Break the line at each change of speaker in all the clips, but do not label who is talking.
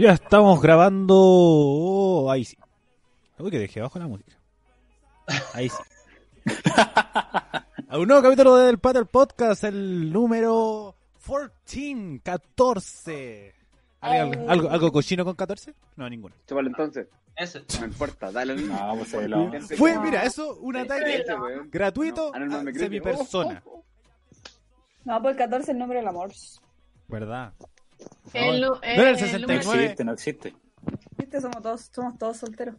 Ya estamos grabando. oh, ahí sí. Uy, que dejé abajo la música. Ahí sí. A un nuevo capítulo del Pater Podcast, el número 14, 14. ¿Algo, algo, algo cochino con 14? No, ninguno.
Chaval, entonces,
Eso.
no importa, dale el
No, pues se lo-
Gente
Fue,
como-
mira, eso, un ataque
Ese, weón.
gratuito
No, ah, no, no, me
hacia
creo
mi
que- oh,
persona.
oh, oh.
No, pues 14 es el nombre del amor.
¿Verdad?
El
No,
nu-
no era el
eh,
69.
No existe, no existe.
Viste, somos todos, somos todos solteros.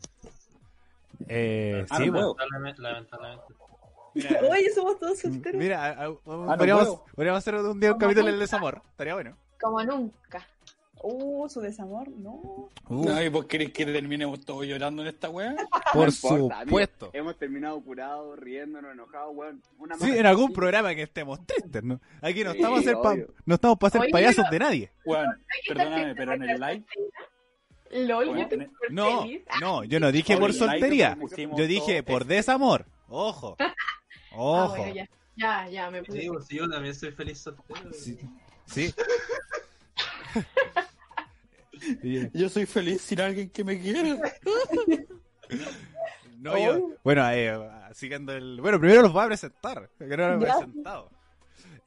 Eh,
Ah,
sí,
no,
bueno.
huevo.
Lamentablemente. lamentablemente.
Oye, somos todos solteros.
Mira, a- a-
no,
podríamos,
huevo.
podríamos hacer un día un capítulo del desamor. Estaría bueno.
como nunca.
Uh, su desamor, no.
No, ¿y vos querés que terminemos todos llorando en esta weá?
por
No importa, amigo.
supuesto.
Hemos terminado curados, riéndonos, enojados, weón. Una
Sí,
más.
en algún programa que estemos tristes, ¿no? Aquí no
Sí,
estamos a ser pa-
obvio.
no estamos para ser
Oye,
payasos
pero-
de nadie.
Weón,
Hay que estar
perdóname,
feliz,
pero en
hay que
el
estar
live.
feliz. LOL, yo
Bueno,
estoy
en-
súper
No,
feliz.
no, yo no dije
en
por
el live
soltería.
nos pusimos
Yo dije
todos-
por desamor. Ojo.
Ah,
Ojo.
bueno, ya, ya, ya, me
Sí,
puse.
pues, yo también soy feliz soltero.
Sí. sí.
Yo soy feliz sin alguien que me quiera.
No,
Oh.
yo- bueno, eh, siguiendo el. Bueno, primero los voy a presentar. Que no los he
Ya.
presentado.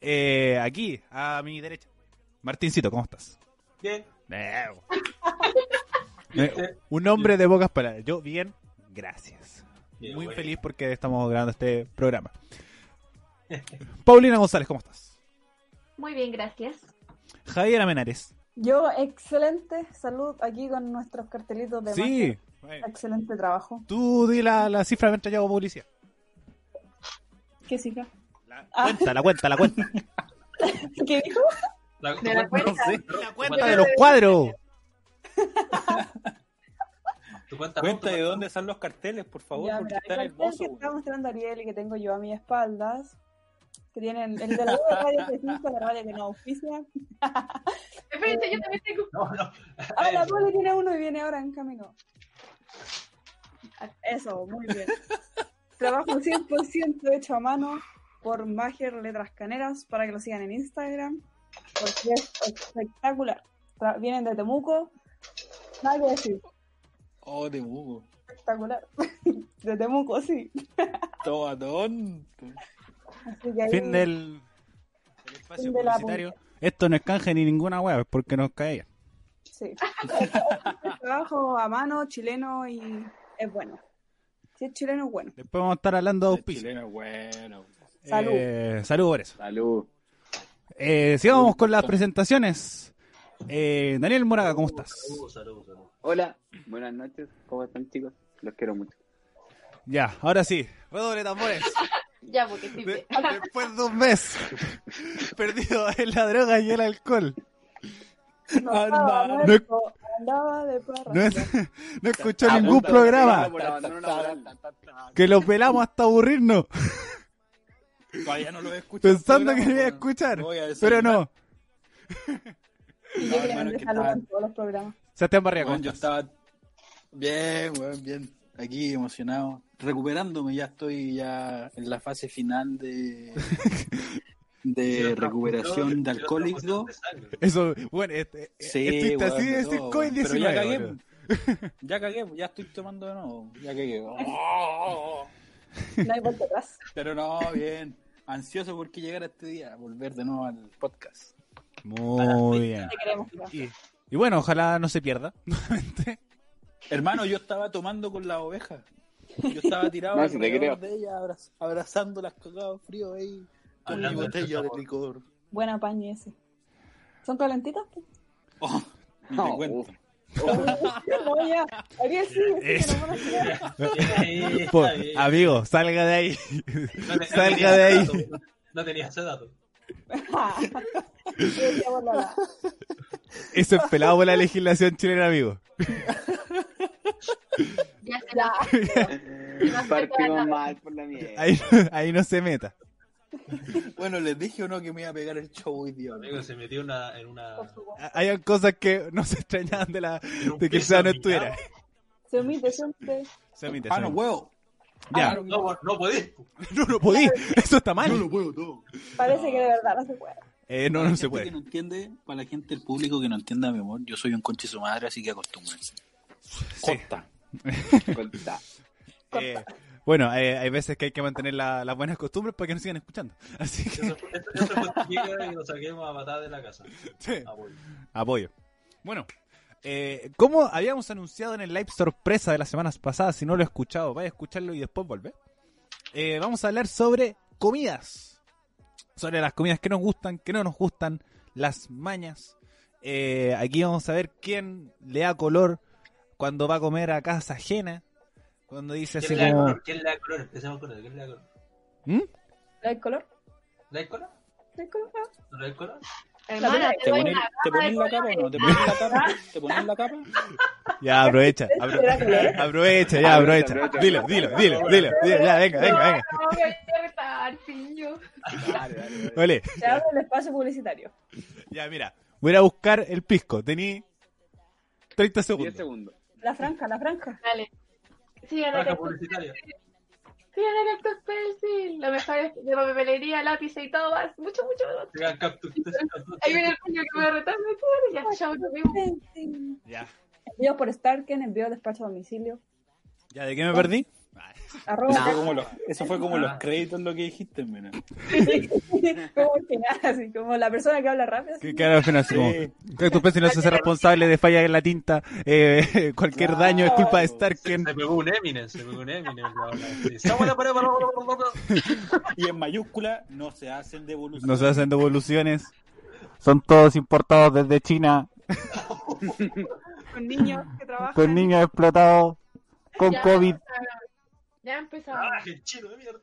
Eh, aquí, a mi derecha. Martincito, ¿cómo estás?
Bien.
Eh, un hombre de pocas palabras. Yo, bien, gracias.
Bien,
Muy
güey.
feliz porque estamos grabando este programa. Paulina González, ¿cómo estás?
Muy bien, gracias.
Javier Amenares.
Yo, excelente salud aquí con nuestros cartelitos de
Sí.
magia. Excelente trabajo.
Tú di la, la cifra mientras yo hago publicidad.
¿Qué cifra?
La
Ah.
cuenta, la cuenta, la cuenta.
¿Qué dijo?
La,
De la
tu cuenta,
cuenta.
Ah, No sé, la cuenta
cuenta
de los cuadros.
tu
Cuenta
cuenta, tu
de
cuenta.
dónde están los carteles, por favor,
Ya,
porque
mira,
están
el cartel que
hermosos.
está
weón.
mostrando Ariel y que tengo yo a mis espaldas, que tienen el de la U de radio que cinco, la radio que no auspicia.
Espérense, yo también tengo.
No, no.
Ah, la Poli tiene uno y viene ahora en camino. Eso, muy bien. Trabajo 100% hecho a mano por Magier Letras Caneras para que lo sigan en Instagram. Porque es espectacular. Tra- Vienen de Temuco. Nada que decir.
Oh, de Hugo.
Espectacular. De Temuco, sí.
Todo tonto.
Así que ahí-
Fin del, del espacio
Fin de la
publicitario. Esto no es canje ni ninguna web, es porque nos caía.
Sí. Trabajo a mano, chileno y es bueno. Si es chileno, es bueno.
Después vamos a estar hablando de auspicio.
Chileno, bueno.
Salud.
Eh, salud por eso.
Salud.
Eh, sigamos con las presentaciones. Eh, Daniel Moraga, ¿cómo estás?
Saludos, saludos, saludos.
Hola, buenas noches, ¿cómo están chicos? Los quiero mucho.
Ya, ahora sí. Redoble de tambores.
Ya, porque sí.
De-
Ah,
después de un mes. Perdido en la droga y el alcohol.
No estaba
Alma.
muerto, andaba de parra.
No, es- no escuchó
Ah,
ningún programa.
Ah, Por abandono laboral.
Que los velamos hasta aburrirnos.
Todavía no lo he escuchado.
Pensando que
Programa,
lo iba a
weón.
escuchar.
No voy a decir
Pero
nada.
no.
Y
No,
yo quería
hermano,
mandar
¿qué
salud
tal?
en todos los programas.
Sebastián Barriga,
Weón,
¿cómo
yo
estás?
estaba bien, weón, bien. Aquí emocionado, recuperándome. Ya estoy ya en la fase final de, de recuperación de alcohólico.
Eso, bueno, este,
Sí,
estuviste
weón,
así de
no,
decir
pero ya
COVID-19.
cagué.
boludo.
Ya cagué, ya estoy tomando de nuevo. Ya cagué.
No hay vuelta atrás.
Pero no, bien. Ansioso porque llegara este día, volver de nuevo al podcast.
Muy bien.
Te queremos. Fran.
Y, y bueno, ojalá no se pierda nuevamente.
Hermano, yo estaba tomando con la oveja. Yo estaba tirado
No, si te
alrededor
creo.
de ella, abraz- abrazando las cagadas frío ahí. Con mi
Hablando de
botella de
sabor.
licor.
Buen apañe ese. ¿Son calentitas?
Oh, ni te
No,
cuento.
uf.
No, ya. Ariel sí, sí, que no van a llegar.
Por-
Salga
amigo, salga de ahí. salga de ahí.
No tenía ese dato.
Ah, Yo decía, bueno, la-
Eso es pelado por la legislación chilena, amigo.
Ya se
Ya.
va.
Partimos mal por la mierda.
Ahí, ahí no se meta.
Bueno, les dije o no que me iba a pegar el show hoy día.
Amigo, se metió una, en una.
por supuesto.
Hayan cosas que no se extrañaban de, la,
en un
de que el
piso
Seba no
dominado.
estuviera.
Se omite siempre.
Se omite,
Ah,
se
no
omite.
huevo.
Ya.
Ah,
No, no podés.
No, no podí. Eso está mal.
huevo todo.
Parece que de verdad no se puede.
Eh, no, no se puede.
Que no entiende, para la gente, el público que no entienda mi amor, yo soy un conche su madre, así que acostúmbrense.
Sí.
Contá.
Eh, bueno, eh, hay veces que hay que mantener la- las buenas costumbres para que nos sigan escuchando. Así que
Eso, eso, eso justifica que lo saquemos a matar de la casa. Ah,
sí,
Apoyo.
apoyo. Bueno, eh, como habíamos anunciado en el live sorpresa de las semanas pasadas, si no lo he escuchado, vaya a escucharlo y después volver. Eh, vamos a hablar sobre comidas. Sobre las comidas que nos gustan, que no nos gustan, las mañas. Eh, aquí vamos a ver quién le da color cuando va a comer a casa ajena. Cuando dice así
¿Quién le da
como...
color? ¿Quién le da color? Empecemos con eso. ¿Quién le da color?
¿No hay color?
¿Le da color?
¿No hay color?
¿No le da color?
Hermana, te
¿Te
doy
ponen,
una
¿Te
gama de
ponen la capa
colores.
o no? ¿Te ponen la capa? ¿Te ponen la capa?
Ya, aprovecha. apro-
¿Era color?
aprovecha, ya,
Aprovecha,
aprovecha.
aprovecha.
Dilo, dilo, dilo, dilo. dilo, Ya, venga, venga, venga.
No, me voy a retar, piño.
Dale, dale, dale.
Ole.
Se abre el espacio publicitario.
Ya, mira. Voy a ir a buscar el pisco. Tení 30
10
segundos.
segundos.
La franja, la franja.
Dale. Sigan a
Baja
Cactus
publicitaria.
Sigan a Cactus Pelsi. Lo mejor es de papelería, lápiz y todo más. Mucho, mucho. mucho.
Sigan Cactus. Cactus.
Ahí viene el piño que me va a retar. me quiere. Ya, chao, nos vemos.
Ya.
Envío por Starken, envío despacho a domicilio.
¿Ya de qué me perdí?
Arroba.
Eso fue como los, eso fue como los créditos lo que dijiste, mira.
como que nada, así como la persona que habla rápido. así.
Que que ahora al final así como. Cactus Pesci no se hace responsable de fallas en la tinta. eh, cualquier daño es culpa de
Se,
Starken.
se pegó un Eminem, se pegó un Eminem. La ola. Sí, estamos en la pared, vamos, vamos, vamos, vamos.
Y en mayúscula no se hacen devoluciones.
No se hacen devoluciones. Son todos importados desde China.
Con niños que trabajan.
niños explotados. Con
Ya, Ya empezamos.
Ah, qué chino de mierda.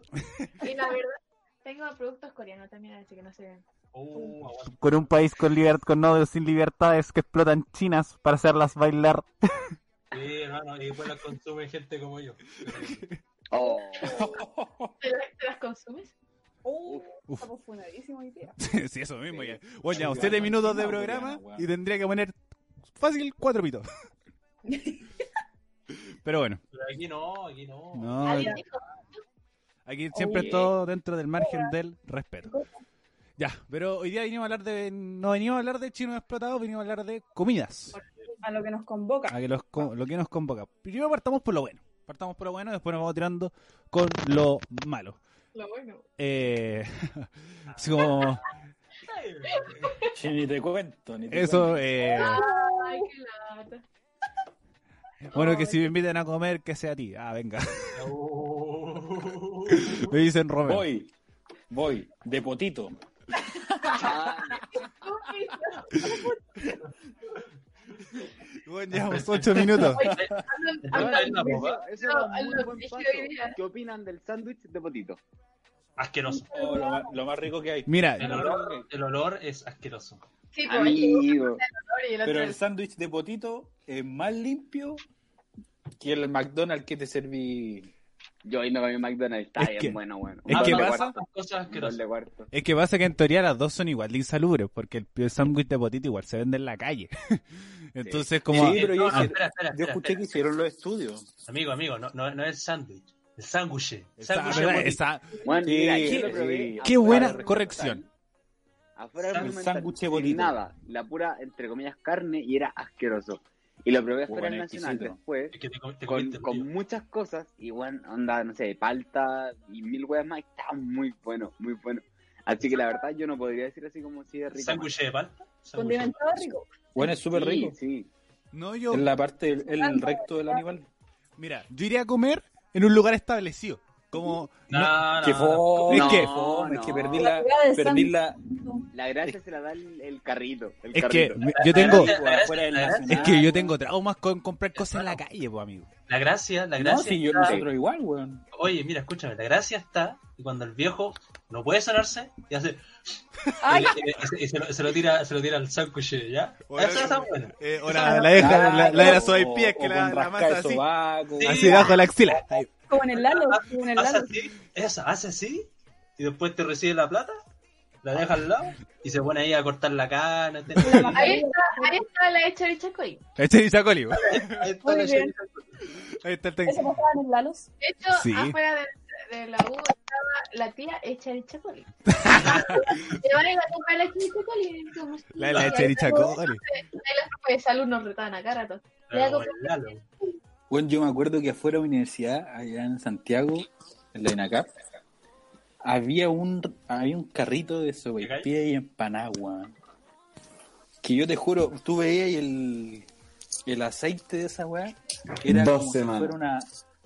Y la verdad, tengo productos coreanos también, así que no se ven.
Oh, aguanta.
con un país con libertad, con novios sin libertades que explotan chinas para hacerlas bailar.
Sí, hermano, y después la consume gente como yo.
Oh.
¿Te, la- te las consumes?
Uh,
Uf.
está profundadísimo hoy día.
sí, eso mismo. Ya. Bueno, llevamos
Sí,
7
weón,
minutos de
encima,
programa
weón, weón.
y tendría que poner fácil cuatro pitos. Pero bueno,
Pero aquí no, aquí no.
no,
Alguien dijo,
aquí siempre
Oye.
todo dentro del margen del respeto. Ya, pero hoy día venimos a hablar de. No venimos a hablar de chinos explotados, venimos a hablar de comidas.
A lo que nos convoca.
A que los co- lo que nos convoca. Primero partamos por lo bueno. Partamos por lo bueno, después nos vamos tirando con lo malo.
lo bueno.
Eh, así como.
Sí, ni te cuento, ni te
Eso,
cuento.
eh,
Ay, qué lata.
bueno, que si me invitan a comer, que sea a ti. Ah, venga.
Oh.
Me dicen Romeo.
Voy, voy, de potito.
Uy,
Bueno, llevamos ocho minutos.
ando-
Bueno,
ando-
es la boba.
Eso era un
Al
muy buen
noticiero
paso.
hoy día.
¿Qué opinan del sándwich de potito?
Asqueroso.
Oh, lo, más- lo más rico que hay.
El
Mira,
olor, el olor es asqueroso.
Sí, pues, y-
Amigo.
y el otro-
Pero el sándwich de potito es más limpio que el McDonald's que te serví.
Yo hoy no comí McDonald's. Está
Es
bien
que-
bueno, bueno.
es
Ah,
Un
que
doble
pasa-
cuarto,
Cosas
un doble
asquerosas.
cuarto.
es que pasa que en teoría las dos son igual de insalubres, porque el, el sándwich de potito igual se vende en la calle. Entonces, como.
Sí, pero yo,
No, no,
hice-
espera, espera,
yo
espera,
escuché que hicieron los estudios.
Amigo, amigo, no, no, no es sándwich. El sándwich. El
Esa-
sándwich
Ah, ¿verdad?
de potito.
Esa-
Bueno,
Sí,
mira, yo lo
sí.
probé
Qué
qué
afuera
buena
del
corrección.
restaurante, Afuera
Un
del restaurante,
sándwich de
sin
potito.
Nada, la pura, entre comillas, carne y era asqueroso. Y lo probé afuera
Bueno,
del Nacional
exquisito.
después.
Es que te, com- te
con,
comiste el
con
tío.
muchas cosas y bueno, onda, no sé, palta y mil weas más, está muy bueno, muy bueno. Así que la verdad yo no podría decir así como si es rico.
Sándwich de palta. sándwich de
Condimentado rico.
Bueno, es súper
Sí,
rico.
Sí,
No, yo.
Es la parte, el, el recto del animal.
Mira, yo iría a comer en un lugar establecido. Como.
No, no,
Que
no.
fome,
Es que-
qué fome,
no.
es que perdí
La
la,
pegada de
perdí la,
La gracia se la da el, el carrito. El
Es que
carrito.
yo tengo.
La gracia-
Fuera del
la gracia-
Nacional.
Es que yo tengo traumas con comprar cosas en la calle, pues, amigo.
La gracia, la
No,
gracia.
si yo
está-
nosotros igual, weón.
Oye, mira, escúchame, la gracia está cuando el viejo no puede sonarse, y hace.
Ay,
y- y- y- y eh, se, lo, se lo tira, se lo tira al sándwich, ¿ya?
Bueno,
Eso está bueno.
Eh, o
Eso
la,
no-
la deja, la, la de la
o-
soda y pies,
o
que la,
con
la
rascar
mata
el
así,
sobaco.
Sí.
así bajo la axila. Ahí.
Como en el Lalo, como en el
Hace
Lalo.
así, esa, hace así, y después te recibe la plata, la deja al lado, y se pone ahí a cortar la cana. te-
ahí está, ahí está la hecha de Chacoy.
Este es Chacoli, po.
ahí está la
Muy bien.
Ahí está el
¿Eso
técnico.
pasaba en el Lalos?
De hecho,
Sí.
afuera de, de la U estaba la tía hecha de Chacoy. Te van a ir a comprar la hecha de Chacoy. y como si-
La, la
y
hecha de
ahí
Chacoli.
Ahí los profes de salud nos retaban a cada rato. Le
Pero
hago-
el Lalo.
Bueno, yo me acuerdo que afuera de la universidad, allá en Santiago, en la INACAP, había un, había un carrito de sopaipilla y empanada, weón. Que yo te juro, tú veías y el, el aceite de esa weá era
Dos
como
semanas.
si fuera una,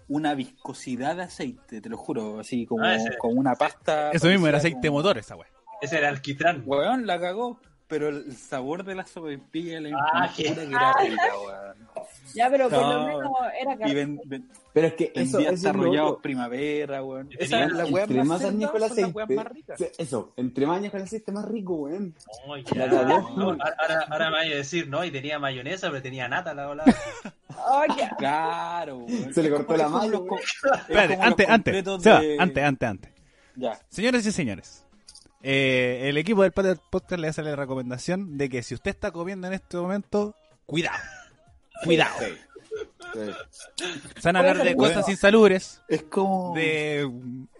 una viscosidad de aceite, te lo juro, así como,
Ah, ese.
como una pasta.
Eso mismo, era
parecida
aceite de
como-
motor esa wea.
Ese era el alquitrán.
Weón, la cagó. Pero el sabor de la sopaipilla y la
Ah,
empanada
qué-
jura que era rica, weón.
Ya, pero por
No.
lo menos era
Y
caro.
ven- ven-
Pero es que eso, eso
Vendía hasta
es lo
arrollados
otro.
primavera, weón.
Que
Esa es
tenían
la weá
entre
más
más
cerda,
añejo el
son las weas
aceite.
más ricas.
se- Eso, entre más añejo el aceite, más rico, weón.
No, ya,
La cagó.
no, ahora, ahora- ahora me vaya a decir, no, y tenía mayonesa, pero tenía nata a la ola.
Ay, qué-
Claro, weón.
Se le
Es
cortó
como
la
esos
mano,
los
weón.
co- es
Espérate,
como los
antes, antes,
completos
Seba,
de-
antes, antes, antes.
Ya.
Señoras y señores, eh, el equipo del Patio Podcast le hace la recomendación de que si usted está comiendo en este momento, cuidado. Cuidado. Se van a hablar de
Bueno.
cosas insalubres,
Es como.
de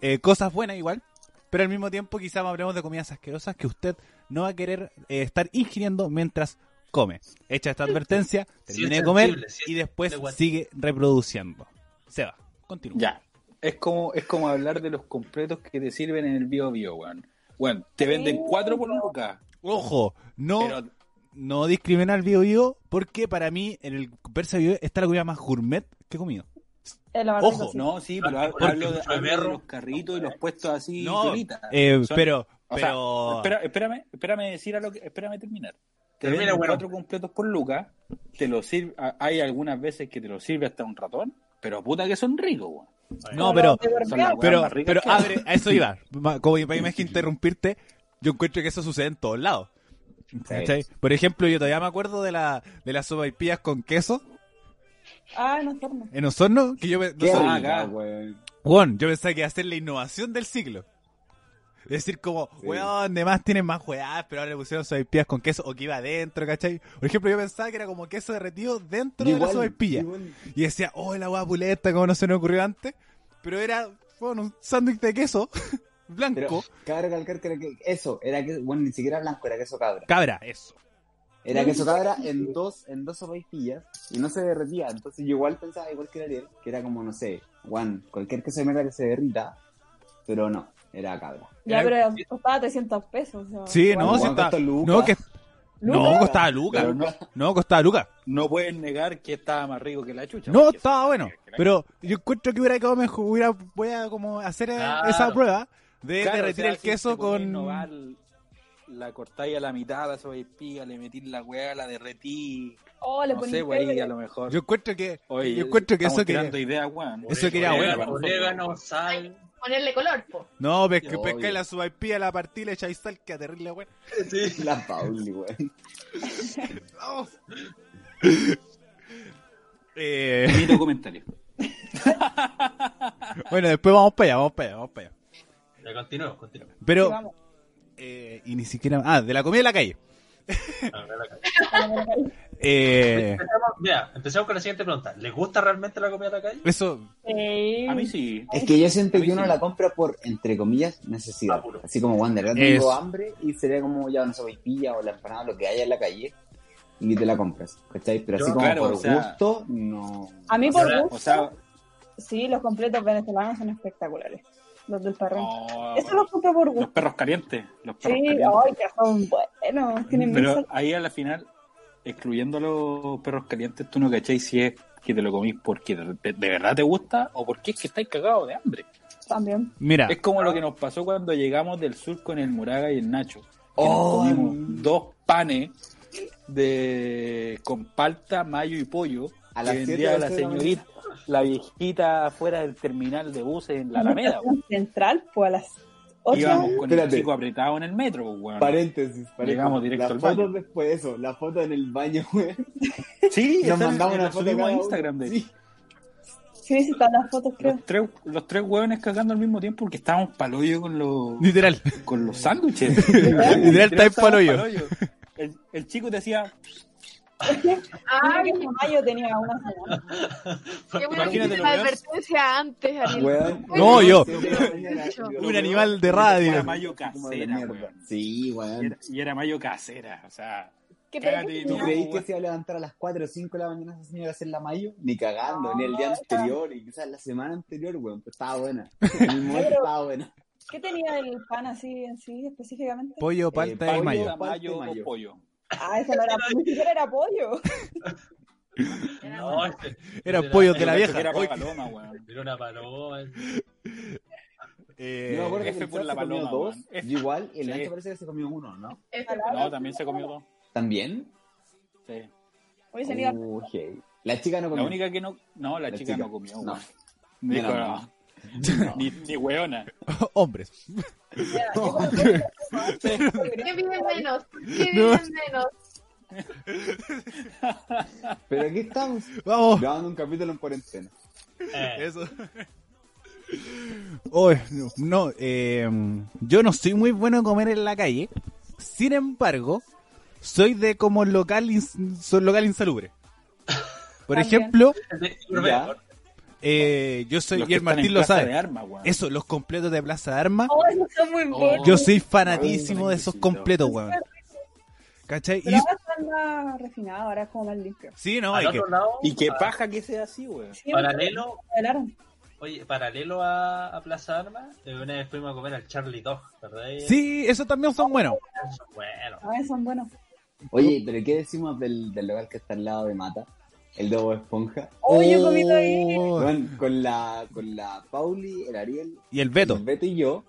eh, cosas buenas igual, pero al mismo tiempo quizás hablemos de comidas asquerosas que usted no va a querer eh, estar ingiriendo mientras come. Hecha esta advertencia, termine de comer
sensible, sí es
y después
sensible, bueno.
sigue reproduciendo. Seba, continúa.
Ya. Es como, es como hablar de los completos que te sirven en el bio bio, weón. Bueno, te venden cuatro por lucas.
Ojo, no...
Pero
no discriminar Bio Bio porque para mí en el Persa Bio está la comida más gourmet que he comido.
eh, la verdad
Ojo,
que sí.
no, sí, pero
Porque
hablo de,
mucho
hablo de
berro.
los carritos y los puestos así piolitas.
eh,
Ah, Son-
pero,
O sea,
pero
espera- espérame, espérame decir a lo que, espérame terminar. Te
Termina,
venden
bueno.
cuatro completos por Lucas, te lo sirve, a- hay algunas veces que te lo sirve hasta un ratón, pero puta que son ricos, weón.
no,
Como
pero,
los de
Son las
Bergamo.
weas
pero,
más ricas
pero
que hay.
abre, a eso iba. Ma- Como mi país me deja interrumpirte, yo encuentro que eso sucede en todos lados. ¿Cachai? Por ejemplo, yo todavía me acuerdo de la de las sopaipillas con queso
Ah, no, forma.
en Osorno, que yo, me-
Qué
no sé,
rica,
rico. Ah, acá.
weón.
weón, yo pensaba que iba a ser la innovación del siglo. Es decir, como,
Sí.
weón, demás tienen más weá, pero ahora le pusieron sopaipillas con queso o que iba adentro, ¿cachai? Por ejemplo, yo pensaba que era como queso derretido dentro de la sopaipilla.
igual.
Y decía, oh, la weá puleta, como no se nos ocurrió antes. Pero era, bueno, un sándwich de queso
Pero
blanco.
cabe recalcar que era que eso, era que, bueno, ni siquiera blanco, era queso cabra.
Cabra, eso.
Era queso cabra en dos, en dos sopaipillas y no se derretía. Entonces yo igual pensaba, igual que Ariel, que era como, no sé, Juan, cualquier queso de mierda que se derrita, pero no, era cabra.
Ya,
Era-
pero costaba 300 pesos. o sea,
Sí, no,
Bueno,
sí
weón,
está.
costó lucas.
No, que. No,
Lucas.
costaba Luca.
Pero no,
No, costaba Luca.
no pueden negar que estaba más rico que la chucha.
No,
porque-
estaba bueno. Pero yo encuentro que hubiera quedado mejor. Hubiera, voy a como hacer eh,
Claro.
esa prueba de
Claro,
derretir
o sea,
el
si
queso
te ponés a
con.
innovar, la cortáis a la mitad, la sobrepía, le metí la weá, la derretí.
Oh, le
No
poní
sé,
pebre.
wey, a lo mejor.
Yo encuentro que.
Oye,
yo encuentro que
estamos
eso que.
tirando ideas, weón.
Eso que era
Orégano,
bueno.
Orégano, sal.
Ponerle color, po.
No, pesca, pesca
Obvio.
la sopaipilla, la partí, le echáis sal, que terrible, weón.
Sí.
La Pauli, weón.
Eh.
Miro comentarios.
Bueno, después vamos para allá, vamos para allá, vamos para allá.
Ya continuemos, continuemos.
Sí,
Pero,
vamos.
eh, y ni siquiera. Ah, de la comida de la calle.
A ver acá.
Eh,
Empecemos- Mira, empecemos con la siguiente pregunta. ¿Les gusta realmente la comida de la calle?
eso,
Sí.
A mí sí.
Es que yo siento
A mí
que uno
sí.
la compra por, entre comillas, necesidad.
Apuro.
Así como, Juan, de verdad
Eso.
tengo hambre y sería como ya una sopaipilla o la empanada, lo que haya en la calle, y te la compras, ¿cachai? Pero así
Yo,
como
claro,
por
o sea-
gusto, no.
A mí
O
por
sea,
gusto,
O sea,
sí, los completos venezolanos son espectaculares. Los del parrón.
no,
Eso los compro por
Oh, los
gusto.
perros calientes. Ah, Los
Sí,
perros calientes.
ay, que son buenos. Tienen mil
Pero
sal-
ahí a la final, excluyendo a los perros calientes, tú no cacháis si es que te lo comís porque de, de verdad te gusta o porque es que estáis cagados de hambre.
también.
Ah.
mira,
Es como lo que nos pasó cuando llegamos del sur con el Muraga y el Nacho. que
Oh,
nos comimos dos panes de con palta, mayo y pollo
A
que
las siete
vendía
de
la
la mañana.
señorita, la viejita afuera del terminal de buses en la Alameda.
Central, pues a las Otra,
Íbamos con
Espérate.
el chico apretado en el metro, weón.
Paréntesis, paréntesis.
Llegamos directo
las
al baño.
fotos después de eso, la foto en el baño, güey.
Sí,
Nos
esa
mandamos
la
una foto
subimos
cada
a
uno.
Instagram de
Sí.
sí, sí, están las fotos, creo.
los tres, los tres hueones cagando al mismo tiempo porque estábamos paloyo con los
Literal.
con los sándwiches.
Literal, está en
Estábamos
paloyo.
paloyo. El, el chico decía,
Ay,
Mira que Mayo tenía una semana.
qué buena
Imagínate
la
lo que
advertencia antes, Ariel.
Weón,
No,
weón,
yo.
se me da mañana, yo.
Un animal de radio.
Era mayo
Como de
casera,
mierda.
weón.
Sí,
Y era,
weón.
y era mayo casera, o sea,
¿Qué
Cágate de
¿Tú
miedo.
tenía?
creí que
weón.
se iba a levantar a las 4 o 5 de la mañana esa señora a hacer la mayo? Ni cagando, ni el día anterior, y quizás la semana anterior, weón. Pero estaba buena. En el momento
Pero-
estaba buena.
¿Qué tenía el pan así en sí específicamente?
Pollo,
Eh,
palta y
pollo.
mayo.
era mayo
Mayo.
o pollo.
Ah, esa no era, ni siquiera era pollo.
No, este-
Era pollo de la
Cacho
vieja.
que Era
Hoy-
para paloma, weón.
Era una paloma.
Eh,
Yo me acuerdo que
F
el
por
Chad
la
se comió
paloma,
dos,
weón. F.
yo igual, y el
Sí.
Nacho parece que se comió uno, ¿no?
"Este,
No, también se comió dos.
¿También?
Sí.
Hoy Pues se iba
Uh, hey. La chica no
La
comió.
única que no, no, la,
La
chica,
chica.
no comió,
No.
weón. Dijo,
Menos
no. Ni, ni weona.
hombres.
¿Qué viven menos? ¿Qué
No.
viven menos?
Pero aquí estamos.
Oh.
Vamos.
Grabando un capítulo en cuarentena.
Eh,
Oh, Eso. Oh, no, no, eh, yo no soy muy bueno en comer en la calle. Sin embargo, soy de como local, ins- so- local insalubre. Por
También.
ejemplo,
este,
Ya.
eh, yo soy,
Los
y
que
el
están en
Martín lo
Plaza de
sabe.
Armas, weón.
Eso, los completos de Plaza de Armas.
Oh, esos son muy buenos.
Yo soy fanatísimo de esos
exquisito.
completos, weón. ¿Cachai?
Pero
Y,
ahora están más refinados, ahora es como más limpio.
sí, no,
al
hay que.
otro lado,
Y qué
a-
paja que sea así, weón.
Sí,
paralelo,
me revelaron.
oye, paralelo a, a Plaza Armas, eh, una vez fuimos a comer al Charlie Dog, ¿verdad? Eh,
Sí, esos también son buenos.
Bueno,
A ver, Ah, son buenos.
Oye, pero ¿qué decimos del, del local que está al lado de Mata? El de Bob Esponja.
Oh, yo he comido ahí.
Oh,
Weón, con la con la Pauli, el Ariel,
Y el Beto.
el Beto y yo,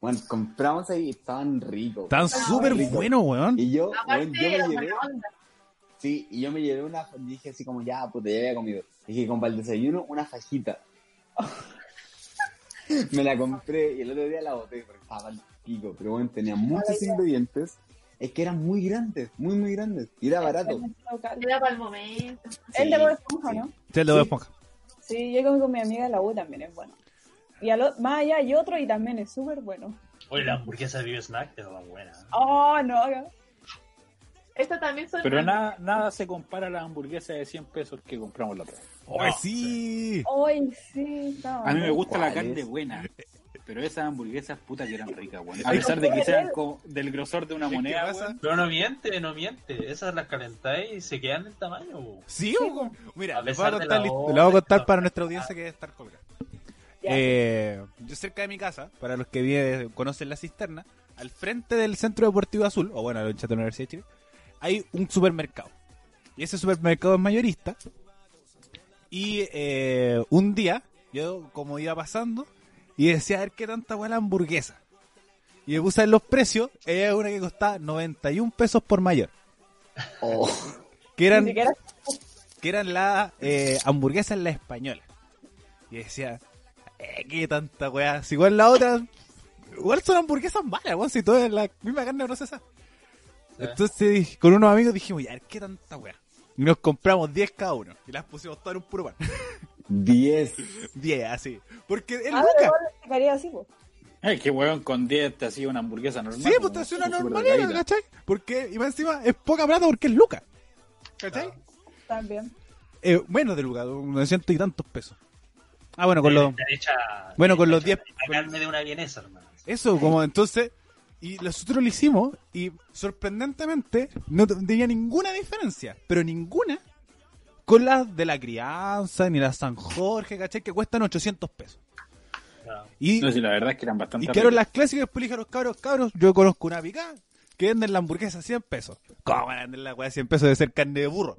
bueno, compramos ahí y estaban ricos.
Están súper
rico.
buenos, weón.
Y yo,
Aparte
weón, yo me
de los
llevé,
maraondas.
sí, y yo me llevé una, dije así como, ya, puta, ya había comido. Dije, compra el desayuno, una fajita. me la compré y el otro día la boté porque estaba al pico, pero bueno, tenía muchos ingredientes. Es que eran muy grandes, muy, muy grandes. Y era barato.
Era para el momento.
este El de Bob Esponja,
sí.
¿no?
Sí, el de Bob Esponja.
Sí, yo comí con mi amiga de la U también es bueno. Y al o- más allá hay otro y también es súper bueno.
oye, la hamburguesa de Bio Snack es la buena.
Oh, no.
Esta también son.
Pero nada, nada se compara a las hamburguesas de 100 pesos que compramos la otra vez.
Pues
¡Oh, sí!
Hoy sí, no.
A mí me gusta la
¿Cuál
carne
es?
buena, pero esas hamburguesas puta que eran ricas, weón. A pesar de que sean co- del grosor de una moneda,
pasa?
weón.
Pero no miente, no miente. Esas las calentáis y se quedan en tamaño. bo.
Sí, weón. mira,
A
les voy a
pesar de
contar,
la
li-
hora,
le voy a contar
esto.
para nuestra audiencia que debe estar colgada.
Ya.
Eh, yo cerca de mi casa, para los que vive- conocen la cisterna, al frente del Centro Deportivo Azul, o bueno, la hinchas de la Universidad de Chile, hay un supermercado. Y ese supermercado es mayorista. Y eh, un día, yo como iba pasando, y decía, a ver qué tanta buena hamburguesa. Y me puse a ver los precios, era una que costaba 91 pesos por mayor.
Oh.
Que
Ni
eran
siquiera
que eran las eh, hamburguesas la española. Y decía, eh, qué tanta weá. Si igual la otra, igual son hamburguesas malas, weón, si todo es la misma carne procesada.
Sí.
Entonces dij- con unos amigos dijimos, ya, qué tanta weá. Y nos compramos 10 cada uno. Y las pusimos todas en un puro pan.
10.
10, así. Porque es
Ah, pero
Luca.
vos lo sacaría así, pues.
Ay, qué weón, con 10 te hacía una hamburguesa normal.
Sí, pues te hace una normalidad,
¿cachai?
¿cachai? Porque, y más encima, es poca plata porque es Luca. ¿Cachai?
También.
Eh, menos de Luca, 900 y tantos pesos. Ah, bueno, con los...
Está hecha-
Bueno, con
está
los
hecha
10
la carne de una vienesa, hermano.
Eso, como entonces. Y nosotros lo hicimos y sorprendentemente no te- tenía ninguna diferencia, pero ninguna con las de la crianza ni las San Jorge, ¿cachai? Que cuestan 800 pesos.
No.
Y,
No, sí, la verdad es que eran bastante
y quedaron
ricas.
las clásicas, después le dije a los cabros, cabros, yo conozco una picada que venden la hamburguesa a 100 pesos. ¿Cómo van a vender la weá a 100 pesos de ser carne de burro?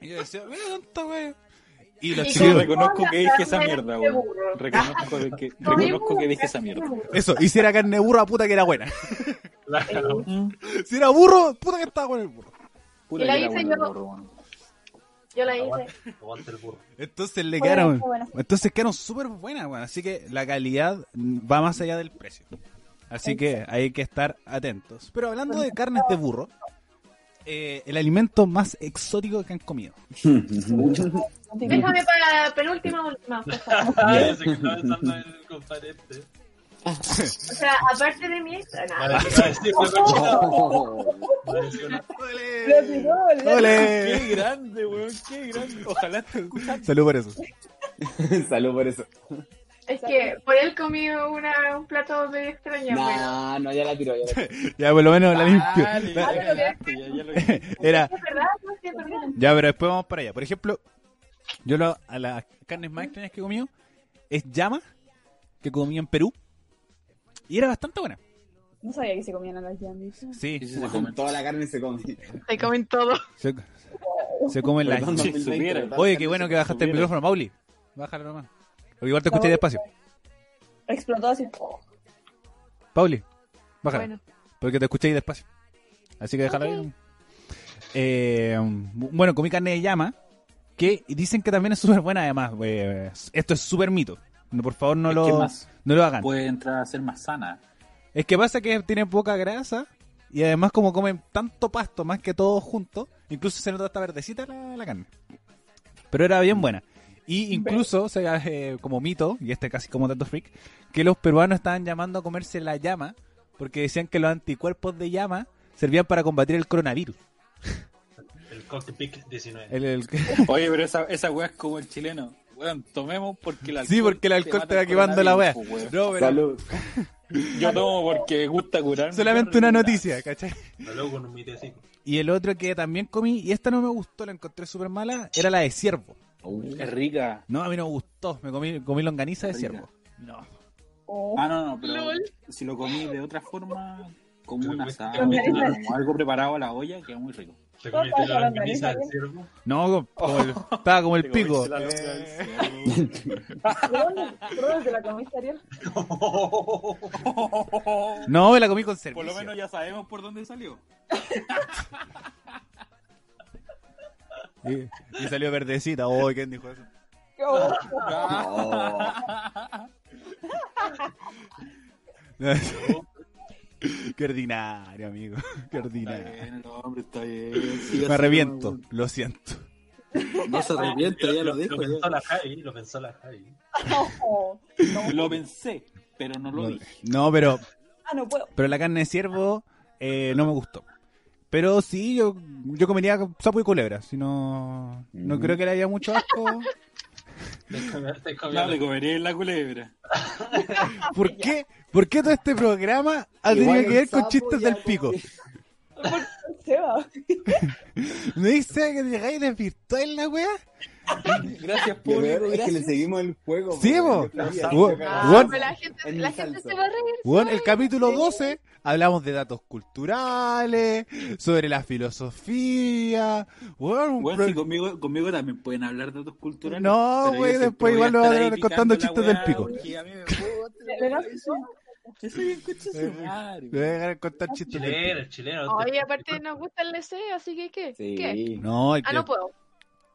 y yo decía, mira tanta weá. Y los
Y
Sí,
chicos,
reconozco que dije esa
Carne
mierda,
de
weón.
burro.
Reconozco de que,
No,
reconozco
yo-
que dije esa mierda.
eso, y si era carne de burro, a puta que era buena.
Claro.
si era burro, puta que estaba con el burro.
Puta
Y la
que era
hice
bueno el
yo.
burro, weón.
Yo la hice.
Aguante, aguante el burro.
Entonces le
Fue
quedaron.
demasiado buena.
Entonces quedaron súper buenas, weón. Así que la calidad va más allá del precio. Así que hay que estar atentos. Pero hablando de carnes de burro, eh, el alimento más exótico que han comido.
Déjame para penúltima, última. por favor.
Ay, se está besando el compadre este.
O sea, aparte de mi extra, nada.
Vale, va a decir una cochinada. Va a decir una-
Eh,
Lo tiró, ¿verdad?
¡Ole!
grande, weón, qué grande. Ojalá te escuchas.
Salud por eso.
Salud por eso.
Es que por él comí una, un plato medio extraño, pero...
No, no, ya la tiró. Ya la tiró.
Ya, por lo menos la limpio. La-
ya ganaste, Ah, ya, ya lo
Era,
Es verdad, no, sí, es verdad.
ya, pero después vamos para allá. Por ejemplo, yo lo- a las carnes más extrañas que he comido es llama, que comí en Perú. Y era bastante buena.
No sabía que se comían a las llamas.
Sí,
se come.
Toda la carne se come.
Te comen todo.
se, se comen las
Perdón,
Si
2020,
supiera.
perdón,
Oye,
carne
qué
se
bueno que
come.
bajaste el
Subiera.
micrófono, Mauli. Bájalo nomás. Porque igual te escuché despacio.
Explotó así. oh,
Pauli, bájalo.
Bueno,
Porque te escuché despacio. Así que déjalo ahí. Eh, bueno, comí carne de llama. Que dicen que también es súper buena, además. eh, esto es súper mito. No, por favor, no
Es
lo,
que más.
no lo hagan.
Puede entrar a ser más sana.
Es que pasa que tienen poca grasa. Y además, como comen tanto pasto más que todos juntos, incluso se nota hasta verdecita la, la carne. Pero era bien buena. Y incluso, o sea, eh, como mito, y este casi como tanto freak, que los peruanos estaban llamando a comerse la llama porque decían que los anticuerpos de llama servían para combatir el coronavirus.
El Cockpit 19.
El- el-
Oye, pero esa, esa weá es como el chileno. Weón, tomemos porque el alcohol.
sí, porque el alcohol te
mata
va
el
quemando la wea.
coronavirus, po, weón.
No, pero
Salud.
Yo tomo porque gusta curarme.
solamente una noticia, ¿cachai?
Habló con un mitecito.
Y el otro que también comí, y esta no me gustó, la encontré súper mala, era la de ciervo.
Es rica.
No, a mí no me gustó. Me comí, comí longaniza de
Rica.
ciervo. No.
Oh.
Ah, no, no, pero
Lol.
si lo comí de otra forma, como
Pero
un
me-
asado,
pero me-
como algo preparado a la olla, queda muy rico.
¿Te comiste la longaniza del ciervo?
No, como el- estaba como el pico.
Eh.
¿De dónde? ¿Por dónde te la comiste, Ariel?
No, me la comí con
Por
servicio.
lo menos ya sabemos por dónde salió.
Y, y salió verdecita. Oh, ¿quién dijo eso?
Qué bueno.
Qué ordinario, amigo. Qué
Está
ordinario.
bien, el hombre está bien. Siga
Me
así,
arrepiento.
weón.
Lo siento.
No se arrepienta, ya lo
Lo
dijo.
pensó
ya.
la Javi, lo pensó la Javi.
Ah,
Oh.
Lo pensé, pero no lo
No,
dije.
no, pero,
Ah, no puedo.
pero la carne de ciervo eh, no me gustó. Pero sí, yo, yo comería sapo y culebra. Si no, no
Mm.
creo que le haya mucho asco.
Te comió- te comió
No,
la-
le comeré la culebra.
¿Por qué? ¿Por qué todo este programa ha tenido
Igual
que
el
ver con
sapo
chistes
ya
del
como
pico?
que-
Seba.
Me dice que llegáis de virtual la wea.
Gracias,
Que
público.
veo- Es que le seguimos el juego.
Sí,
po,
po.
weón. Yo sabía,
Wo-
yo
Ah,
What?
pero
cagaba.
la gente,
En
la
mi
gente
salsa.
se va a reír.
Bueno, el capítulo 12 hablamos de datos culturales, sobre la filosofía. Bueno, un
Bueno,
pro-
sí, conmigo, conmigo también pueden hablar de datos culturales.
No,
pero yo
güey,
siempre
después
voy
igual
a
lo van a
estar ahí
tener contando
picando
chistes del
la
pico.
weá, porque a mí me gusta,
Le- le das-
Yo soy bien coche su madre,
Voy a
güey.
dejar de contar chistes del
Chileno, el chileno.
Oye, aparte nos gusta el DC, así que ¿qué? ¿Qué?
Sí.
pico. No, hay
Ah,
que,
no puedo.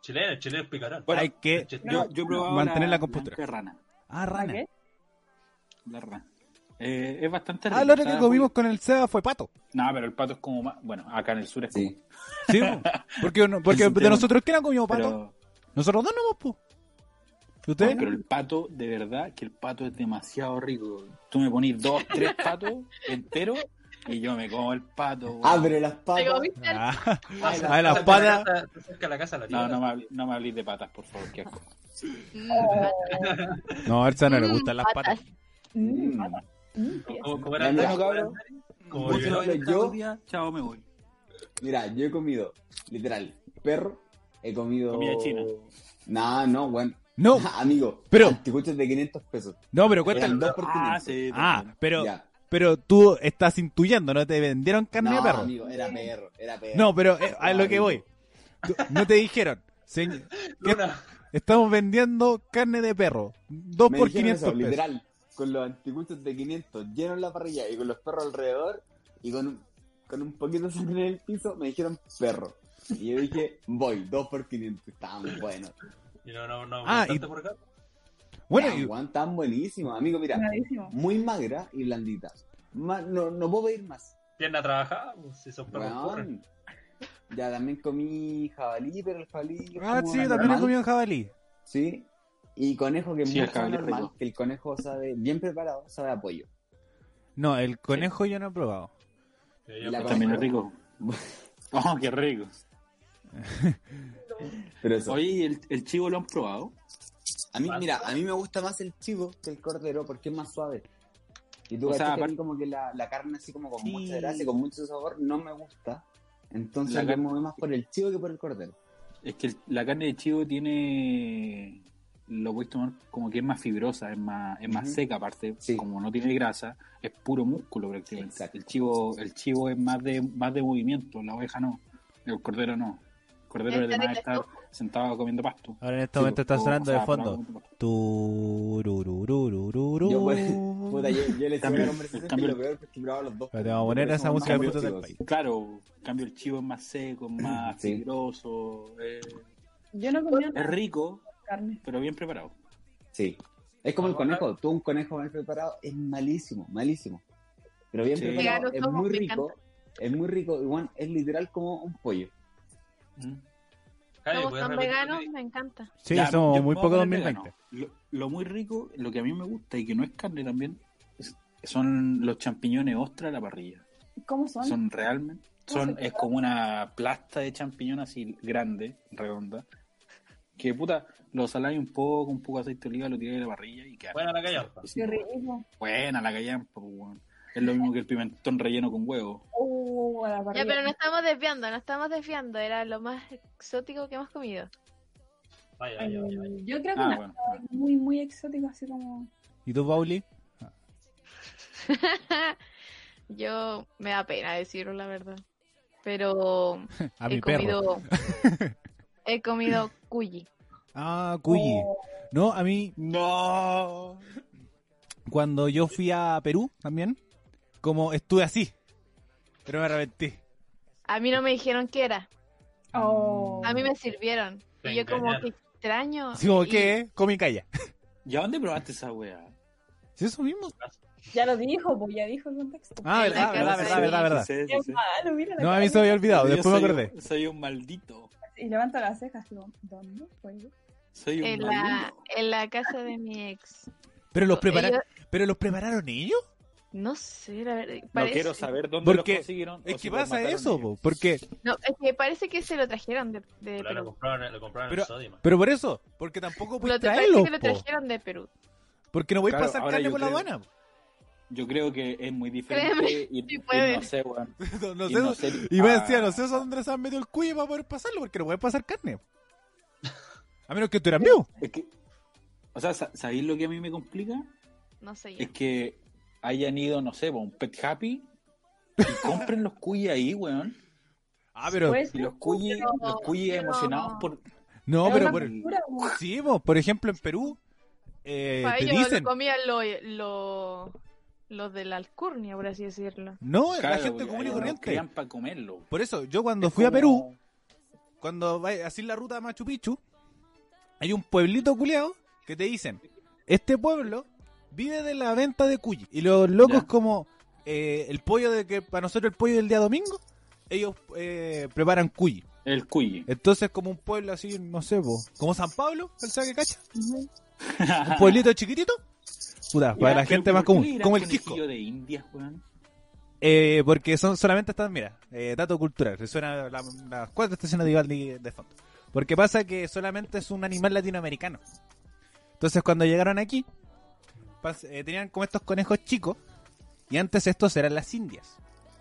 Chileno, el chileno es picarón.
hay que
El chileno-
pues. Yo, yo he probado
mantener la computadora.
blanca rana.
Ah, rana.
¿Qué?
La rana. Eh, es bastante rica.
Ah, lo otro que
Está
comimos
muy-
con el Seba fue pato.
No, pero el pato es como más... Bueno, acá en el sur es como...
Sí.
Sí, po. porque, no- porque
Es un
de
tema.
nosotros quién ha comido pato?
Pero,
Nosotros dos nomás, po. ¿Y ustedes?
pero el pato, de verdad, que el pato es demasiado rico. Tú me ponís dos, tres patos enteros y yo me como el pato. güey.
Abre las
Te
patas.
comiste el-
Ah,
Pasa-
a ver, las
pasa por
patas.
la casa- cerca de la casa de la
No,
tía.
no me, habl- no me hablís de patas, por favor, qué asco.
no, a Elsa no le
Mm,
gustan las patas.
Mm,
Mm.
mm,
Como-
yes.
como- como era-
Bueno,
cabrón.
como
Vos
era-
lo-
Yo,
yo-
día, chao, me voy.
Mira, yo he comido, literal, perro. He comido.
Comida china.
No, no, bueno.
No,
Amigo,
Pero-
anticuchos de 500 pesos.
no, pero
Eran
cuéntalo.
dos por 500.
Ah, sí.
Ah, pero,
Ya.
pero tú estás intuyendo, ¿no? Te vendieron carne de
no,
perro.
amigo, era perro, era perro.
No, pero eh, a lo que
Amigo.
voy. Tú- No te dijeron. "Señ- ¿qué-
Luna,
estamos vendiendo carne de perro. Dos
Me
por
dijeron
500
eso,
pesos.
literal, con los anticuchos de 500 llenos la parrilla y con los perros alrededor y con un, con un poquito de sangre en el piso, me dijeron perro. Y yo dije, voy, 2 por 500. Tan bueno.
Y no, no, no.
Ah,
¿bastante
y-
por acá?
Bueno,
Tan
y-
guan, tan buenísimo. Amigo, mira,
Buenísimo.
muy magra y blandita. Ma- no, no puedo pedir más.
Pierna trabajada, pues, si esos perros corren.
Weón. Ya también comí jabalí, pero el jabalí. es
ah,
como
sí, también he
normal,
comido jabalí.
Sí. Y conejo que es
Sí, el
mucho más
jabalí es
normal,
rico.
que el conejo sabe, bien preparado, sabe a pollo.
No, el conejo yo no he probado.
Sí, yo
La
creo-
También es rico. Oh, qué rico.
Pero eso.
Oye, ¿el, el chivo lo han probado?
a mí, mira, a mí me gusta más el chivo que el cordero porque es más suave. Y tú
O
cachai
sea,
que a mí
apart-
como que la, la carne así como con
Sí.
mucha gracia, con mucho sabor, no me gusta. Entonces
La
yo
carne-
me voy más por el chivo que por el cordero.
Es que el- la carne de chivo tiene. Lo puedes tomar como que es más fibrosa, es más, es más
Ujú.
seca, aparte,
Sí.
como no tiene grasa, es puro músculo prácticamente.
Exacto.
El chivo, el chivo es más de, más de movimiento, la oveja no, el cordero no. El cordero
Esta
además
de
estar sentado comiendo pasto.
Ahora en este
Sí,
momento está
o- o
sonando de
sea,
fondo.
parado.
Tururururururu.
Yo, pues, puta, yo, yo le
Cambio-
la conversación
cambio-
que lo peor porque probaba los dos.
Pero te vamos a poner
Pero
esa
somos
música
más
de putos del
chivos.
país.
Claro, en cambio el chivo es más seco, es más
Sí.
fibroso, eh,
Yo no comí
es rico,
carne.
pero bien preparado.
Sí. Es como el conejo. Tú un conejo mal preparado es malísimo, malísimo. Pero bien
Sí.
Ya
preparado
lo
es
somos,
muy
me
rico. Es muy rico. Igual es literal como un pollo.
¿Mm?
Calle,
Como
¿puedes
son
repetir?
veganos, me encanta.
Sí,
Ya,
somos
yo
muy
puedo
poco
poner
2020.
vegano. Lo, lo muy rico, lo que a mí me gusta y que no es carne también, es- son los champiñones ostra a la parrilla.
¿Cómo son?
Son realmente,
¿Cómo
son,
se
es como una plasta de champiñón así grande, redonda, que puta, lo saláis un poco, un poco de aceite de oliva, lo tiráis a la parrilla y queda.
Buena la callampa.
Sí,
Qué rico.
Buena la callampa, pues, weón. Es lo mismo que el pimentón relleno con huevo.
Uh, a la
Ya,
parrilla.
pero no estamos desviando, no estamos desviando. Era lo más exótico que hemos comido.
Vaya,
Eh,
vaya, vaya.
Yo creo que
Ah,
nada,
bueno.
muy, muy exótico, así como...
¿Y tú, Pauli?
Yo me da pena decirlo, la verdad. Pero
A
he
mi perro.
comido. He comido cuyi.
Ah, cuyi.
Oh,
No, a mí,
¡No!
cuando yo fui a Perú también, como estuve así, pero me arrepentí.
A mí no me dijeron qué era.
oh.
A mí me sirvieron.
Te
y yo, como
engañaron.
que extraño.
Así como,
y-
¿qué? Comí calla.
¿Y a dónde probaste esa weá?
¿Sí, eso mismo?
Ya lo dijo, pues ya dijo el contexto.
Ah,
En
verdad,
la
verdad,
casa
verdad,
de-
verdad, verdad.
Sí, sí,
Qué
sí.
malo, mira la
No, a mí
cara.
se me había olvidado,
Yo
después me
soy-
acordé.
Soy un maldito.
Y levanta las cejas, digo, ¿dónde fue?
Soy un
En la,
maldito.
en la casa de mi ex.
Pero los, prepara-
Ellos-
¿Pero los prepararon ellos.
No sé, la verdad.
No
parece-
quiero saber dónde
Porque
los consiguieron. o
Es
si
que
los
pasa
mataron
eso,
ellos.
po, porque
No, es que parece que se lo trajeron de, de
Pero Lo
Perú.
compraron, lo compraron
Pero-
en Sodima.
Pero por eso, porque tampoco
Lo
puedes
tra- parece
traerlo,
que lo
Pues po.
trajeron de Perú.
porque no voy a
Claro,
pasar
ahora
carne
yo
por la
creo-
aduana.
Yo creo que es muy diferente
Créeme,
y,
sí
y no
pueden.
sé, weón.
No, no
Y
sé,
no sé-
y me
ah.
decía, no sé dónde se han metido el cuello para poder pasarlo, porque no voy a pasar carne. A menos que tú eras mío.
Es que, o sea, sa- ¿sabéis lo que a mí me complica?
No sé yo.
Eh,
Es que hayan ido, no sé, po, a un Pet Happy y compren los cuyi ahí, weón.
Ah, pero.
Pues,
Y los cuyi,
Pero-
los cuyi
pero-
emocionados por.
No,
es
pero
una
por,
cultura, pues.
sí, po, por ejemplo, en Perú eh,
Pues,
Para
te
ellos
dicen.
lo comían lo, lo, los de la alcurnia, por así decirlo.
No, la
Claro,
gente
porque
común y
ellos no
corriente.
crían para comerlo.
Por eso, yo cuando fui a Perú, cuando vas así la ruta a Machu Picchu, hay un pueblito culeado que te dicen, este pueblo vive de la venta de cuyi. Y los locos
Ya.
como eh, el pollo de que para nosotros el pollo del día domingo, ellos eh, preparan cuyi.
El cuyi.
Entonces como un pueblo así, no sé, po, como San Pablo, el que cacha, un pueblito chiquitito. Puta, para la gente más común, como el Quisco.
de India, weón?
Eh, porque son solamente estas, mira, eh, dato cultural, se suena la- las cuatro estaciones de Vivaldi de fondo. Porque pasa que solamente es un animal latinoamericano. Entonces cuando llegaron aquí, pas- eh, tenían como estos conejos chicos, y antes estos eran las indias.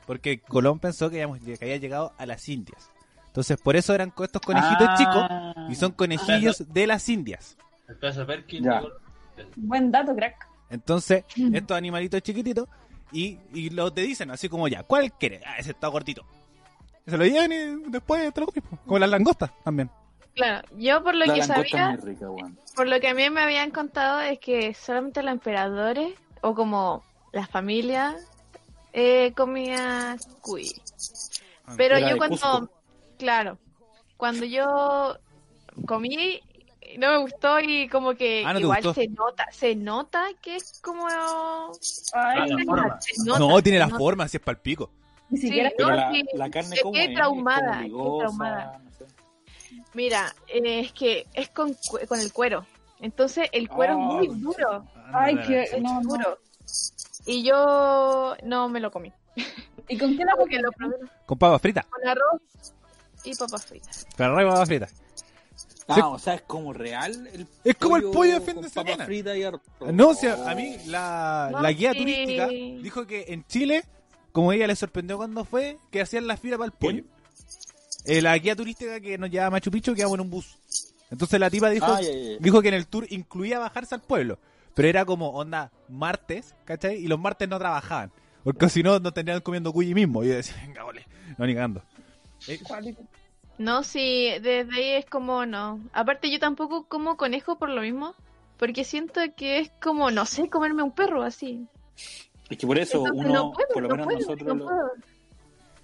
Porque Colón pensó que, habíamos lleg- que había llegado a las indias. Entonces por eso eran co- estos conejitos
Ah,
chicos, y son conejillos de las indias.
El caso Perkin.
Ya.
digo,
Buen dato, crack.
Entonces, estos animalitos chiquititos, y, y lo te dicen así como ya, ¿cuál quieres? Ah, ese está cortito. Y Se lo llevan y después te lo comes, po. como las langostas también.
Claro, yo por lo
La
que
langosta es
sabía,
muy rica, weón.
por lo que a mí me habían contado es que solamente los emperadores o como las familias eh, comía cuy. Pero
Era
yo
de
Ah,
cuando,
Cusco.
claro,
cuando yo comí, no me gustó y como que
Ah, ¿no te
igual
gustó?
se nota, se nota que es como...
Ah, la forma.
se nota,
No, tiene
se
la
nota.
forma, si es palpico.
Ni
Sí,
siquiera.
Pero
no,
la,
sí,
la carne
quedé
como es,
traumada,
como
quedé
ligosa,
traumada.
no sé.
Mira, eh, es que es con, cu- con el cuero. Entonces el cuero
Ah,
es muy duro,
Ay,
Ándala,
que
chucha.
Ah, no, no.
duro. Y yo no me lo comí.
¿Y con qué la
Como que lo probé
Con papa frita.
con arroz y papas fritas.
Con arroz y papa frita. Sí.
Ah, o sea, es como real el
Es como el pollo de fin
con
de
papas
semana.
fritas y arroz. Oh.
No, o sea, a mí la,
No, eh,
la guía
sí.
turística dijo que en Chile, como ella le sorprendió cuando fue, que hacían la fila para el pollo. Eh, la guía turística que nos llevaba a Machu Picchu quedamos en un bus. Entonces la tipa dijo,
Ah, ya, ya, ya.
dijo que en el tour incluía bajarse al pueblo. Pero era como onda martes, ¿cachai? Y los martes no trabajaban. Porque si no, no tendrían comiendo cuyi mismo. Y yo decía, venga, ole, no ni cagando. Eh,
No, sí, desde ahí es como no. Aparte yo tampoco como conejo por lo mismo, porque siento que es como, no sé, comerme un perro así.
Es que por eso
Entonces
uno,
no puedo,
por lo
no
menos
puedo,
nosotros,
no
los-
puedo.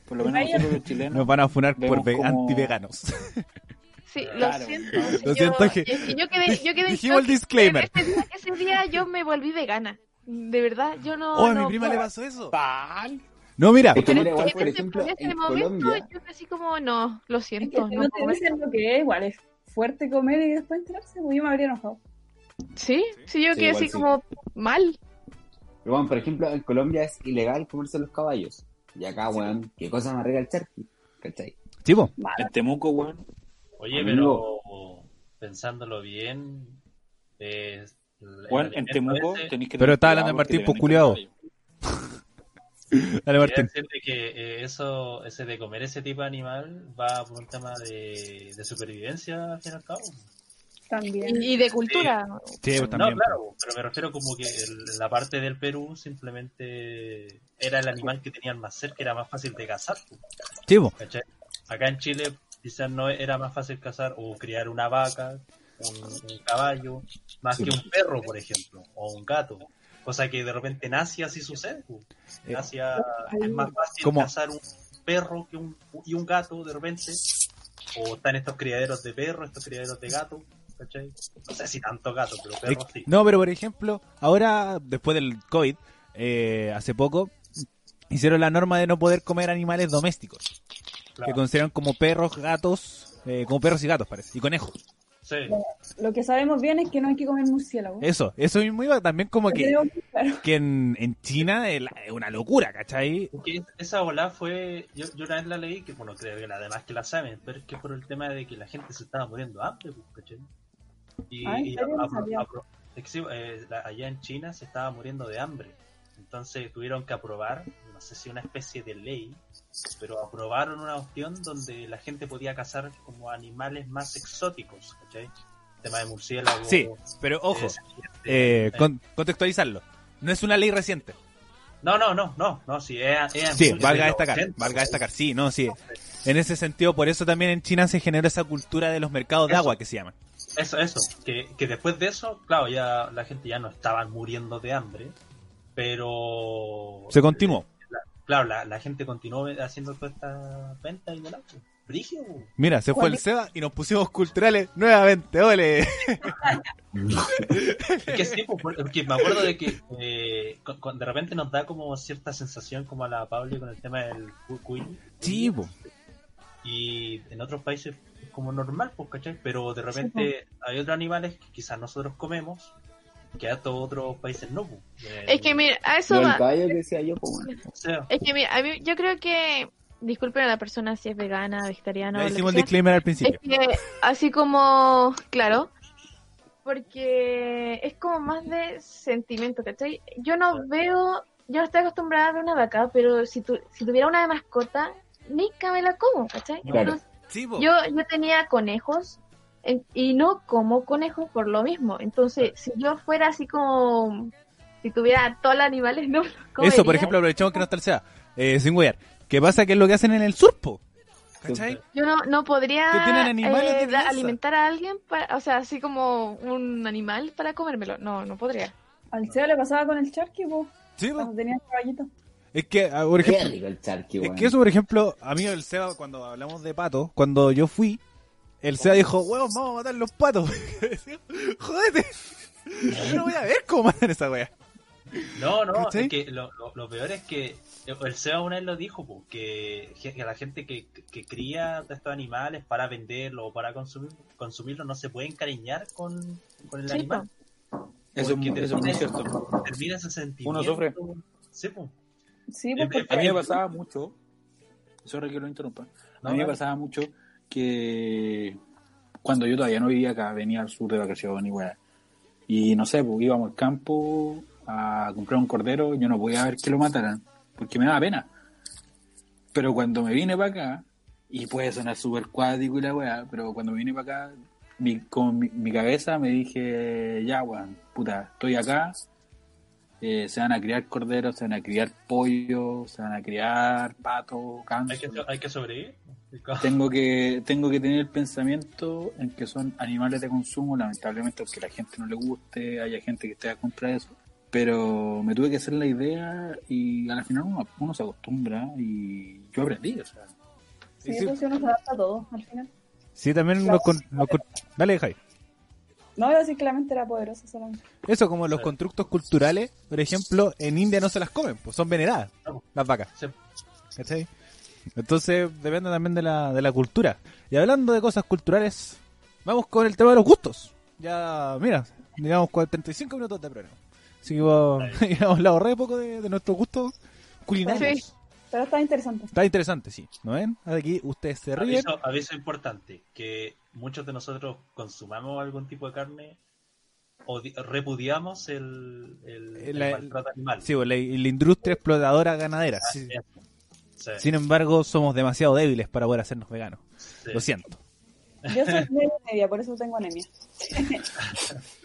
por lo menos nosotros los chilenos,
nos van a funar
Vemos
por ve-
como-
anti-veganos.
Sí, lo
Claro,
siento.
no.
Lo
yo,
siento que-
es que yo quedé, yo quedé en
Dijimos el
shock.
disclaimer.
Ese día, ese día yo me volví vegana. De verdad, yo no.
Oh, a mi
no
prima
puedo.
le pasó eso.
¡pal!
No, mira,
Es que
Pero
mira, igual,
en
por
ese-
ejemplo,
ese
en
momento
Colombia,
yo así como, no, lo
Es
siento,
que si
no
no te
puedo.
dicen lo que es, igual es fuerte comer y después enterarse, pues yo me habría enojado.
Sí, sí, yo
Sí,
quedé
igual
así
sí.
como mal.
pero bueno, por ejemplo, en Colombia es ilegal comerse los caballos. Y acá, weón, qué cosa más rica el charqui. ¿Cachai?
chivo.
En Temuco, weón.
Oye,
Amigo.
pero pensándolo bien, eh, el
Weón, en
alimento
Temuco
ese,
tenéis que.
Pero
tener
estaba hablando
cuidado
de
porque
Martín
te venden
Posculiado.
con caballo.
Dale,
quería
Martín.
decirte que eh, eso, ese de comer ese tipo de animal va por un tema de, de supervivencia, al fin y al cabo.
También.
Y, y de cultura.
Sí, pues
no,
también.
claro, pero me refiero como que el- la parte del Perú simplemente era el animal que tenían más cerca, era más fácil de cazar.
Chivo.
¿cachai? Acá en Chile quizás no era más fácil cazar o criar una vaca, un, un caballo, más que un perro, por ejemplo, o un gato. Cosa que de repente en Asia sí sucede. po. En
Eh,
Asia es más fácil
¿cómo?
cazar un perro que un, y un gato de repente. O están estos criaderos de perro, estos criaderos de gato. ¿cachai? No sé si tanto gato, pero perros sí.
No, pero por ejemplo, ahora, después del COVID, eh, hace poco, hicieron la norma de no poder comer animales domésticos. Que
Claro.
consideran como perros, gatos, eh, como perros y gatos, parece. Y conejos.
Sí.
Lo que sabemos bien es que no hay que comer murciélago.
Eso, eso mismo iba también como
Lo
que,
tenemos muy claro.
que en, en China es la- es una locura, ¿cachai?
Porque esa ola fue, yo, yo una vez la leí, que bueno, creo que la demás que la saben, pero es que por el tema de que la gente se estaba muriendo de hambre, pues, ¿cachai? Y,
Ah, ¿en
y
serio? No
apro-
sabía.
apro- es que sí, eh, la- allá en China se estaba muriendo de hambre, entonces tuvieron que aprobar, no sé si una especie de ley, pero aprobaron una opción donde la gente podía cazar como animales más exóticos, ¿cachai? Tema de eh, murciélago.
Sí, pero ojo,
de serpiente,
eh,
eh,
con- contextualizarlo. No es una ley reciente.
No, no, no, no, no, sí, es, es
Sí,
muy-
valga
de
destacar,
los 80,
valga destacar, sí, no, sí. En ese sentido, por eso también en China se generó esa cultura de los mercados de
Eso.
agua que se llaman.
Eso, eso. Que, que después de eso, claro, ya la gente ya no estaba muriendo de hambre, pero...
Se continuó.
Claro, la, la gente continuó haciendo todas estas ventas y bueno, pues, brígido. pues.
Mira, se fue el SEBA y nos pusimos culturales nuevamente, ole.
Es que sí, pues, por- porque me acuerdo de que eh, con- con- de repente nos da como cierta sensación como a la Pablo con el tema del cuy.
Sí, pues. po.
y en otros países es como normal, pues, ¿cachai? Pero de repente
pues.
hay otros animales que quizás nosotros comemos, que a todos otros países no. pues. Eh,
Es que mira, a eso
Lo
va.
del caballo que decía yo, pues, bueno.
o sea,
Es que mira, a mí- yo creo que. Disculpen a la persona si es vegana, vegetariana
Ya
o lo que
hicimos el
sea.
disclaimer al
Es
principio.
que, así como, claro, porque es como más de sentimiento, ¿cachai? Yo no veo, yo no estoy acostumbrada a ver una vaca, pero si, tu- si tuviera una de mascota, nunca me la como, ¿cachai?
Claro.
Entonces,
Sí, po.
yo, yo tenía conejos en- y no como conejos por lo mismo. Entonces, si yo fuera así como, si tuviera todos los animales, no los comería.
Eso, por ejemplo, aprovechamos que no está el SEBA. Eh, sin wear. ¿Qué pasa que es lo que hacen en el surpo? ¿Cachai?
Yo no, no
Que tienen
podría
animales
eh,
de
da-
crianza.
alimentar a alguien, para, o sea, así como un animal para comérmelo. No, no podría.
Al CEO le pasaba con el charqui, pues,
Sí, po.
cuando tenía el caballito.
Es que, ah, por
Qué
ejemplo,
rico el charqui,
es
weón.
que eso, por ejemplo, amigo del SEBA, cuando hablamos de pato, cuando yo fui, El SEA dijo, weón, vamos a matar los patos. Jodete. Yo no voy a ver cómo matan esa wea.
No, no,
¿Cachai?
es que lo, lo- lo peor es que eh, el SEBA una vez lo dijo, po, que, que la gente que, que cría de estos animales para venderlo o para consumir, consumirlo no se puede encariñar con, con el
Sí,
animal.
Eso es
Porque
mu- eso es muy
termina-
cierto.
Termina ese sentimiento.
Uno sufre.
Sí, po.
Sí,
Eh,
pues, porque
A mí me pasaba mucho, sorry que lo interrumpa,
No,
a mí me
dale.
pasaba mucho que cuando yo todavía no vivía acá, venía al sur de vacaciones y weá. Y no sé, pues íbamos al campo a comprar un cordero, yo no podía ver que lo mataran, porque me daba pena. Pero cuando me vine para acá, y puede sonar súper cuático y la weá, pero cuando me vine para acá, mi- con mi, mi cabeza me dije, ya weón, puta, estoy acá, eh, se van a criar corderos, se van a criar pollos, se van a criar patos,
Hay que,
gansos.
hay que sobrevivir.
Tengo que, tengo que tener el pensamiento en que son animales de consumo, lamentablemente porque a la gente no le guste, haya gente que esté contra eso. Pero me tuve que hacer la idea y al final uno, uno se acostumbra y yo aprendí, o sea.
sí,
Y sí.
eso sí uno se adapta a todo al final.
Sí, también
Claro.
los con- los con- Dale, Jai.
No iba a decir que la mente era poderosa solamente.
Eso como los
Claro.
constructos culturales, por ejemplo, en India no se las comen, pues son veneradas
Claro.
las vacas.
Sí.
¿Cachai? Entonces depende también de la, de la cultura. Y hablando de cosas culturales, vamos con el tema de los gustos. Ya, mira, digamos 45 minutos de programa. Así que vamos- ya hemos hablado re poco de, de nuestros gustos culinarios.
Sí.
Pero está interesante.
Está interesante, sí. ¿No ven? Aquí ustedes se ríen.
Aviso, aviso importante, que muchos de nosotros consumamos algún tipo de carne o repudiamos el, el, el
Eh, La-
maltrato animal.
Sí, pues, la, la industria explotadora ganadera. Sí.
Así es. Sí,
Sin embargo, somos demasiado débiles para poder hacernos veganos.
sí.
Lo siento.
Yo soy media media, por eso tengo anemia.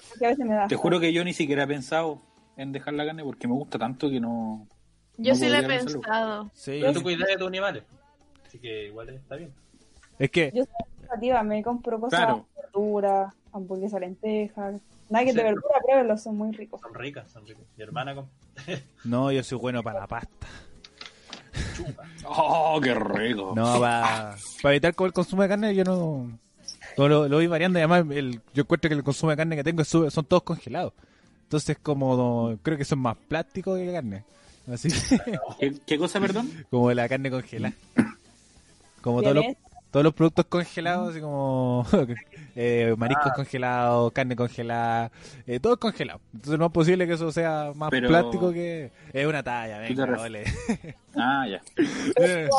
Porque a veces me da.
Te juro que yo ni siquiera he pensado en dejar la carne porque me gusta tanto que no...
Yo
No
sí lo he
podría hacerlo.
pensado.
Sí.
Pero tú cuidas de tus animales. Así que igual está bien.
Es que
Yo soy educativa, me compro cosas
Claro.
de verdura, hamburguesa lentejas, nuggets
Sí.
de verdura, pruébenlos, son muy ricos.
Son ricas, son ricas. Mi hermana con
no, yo soy bueno para la pasta.
chupa.
¡Oh, qué rico!
No, para, para evitar con el consumo de carne yo no... no lo, lo voy variando y además el- yo encuentro que el consumo de carne que tengo es su- son todos congelados. Entonces como no- creo que son más plásticos que carne. Así
¿Qué, qué cosa, perdón?
como la carne congelada. Como
Bien,
todos los,
¿eh?
todos los productos congelados, así como eh,
Ah.
mariscos congelados, carne congelada, eh, todo es congelado. Entonces no es posible que eso sea más
Pero-
plástico que... Es una talla,
te
venga,
ref-
ole.
Ah, ya.
Eh,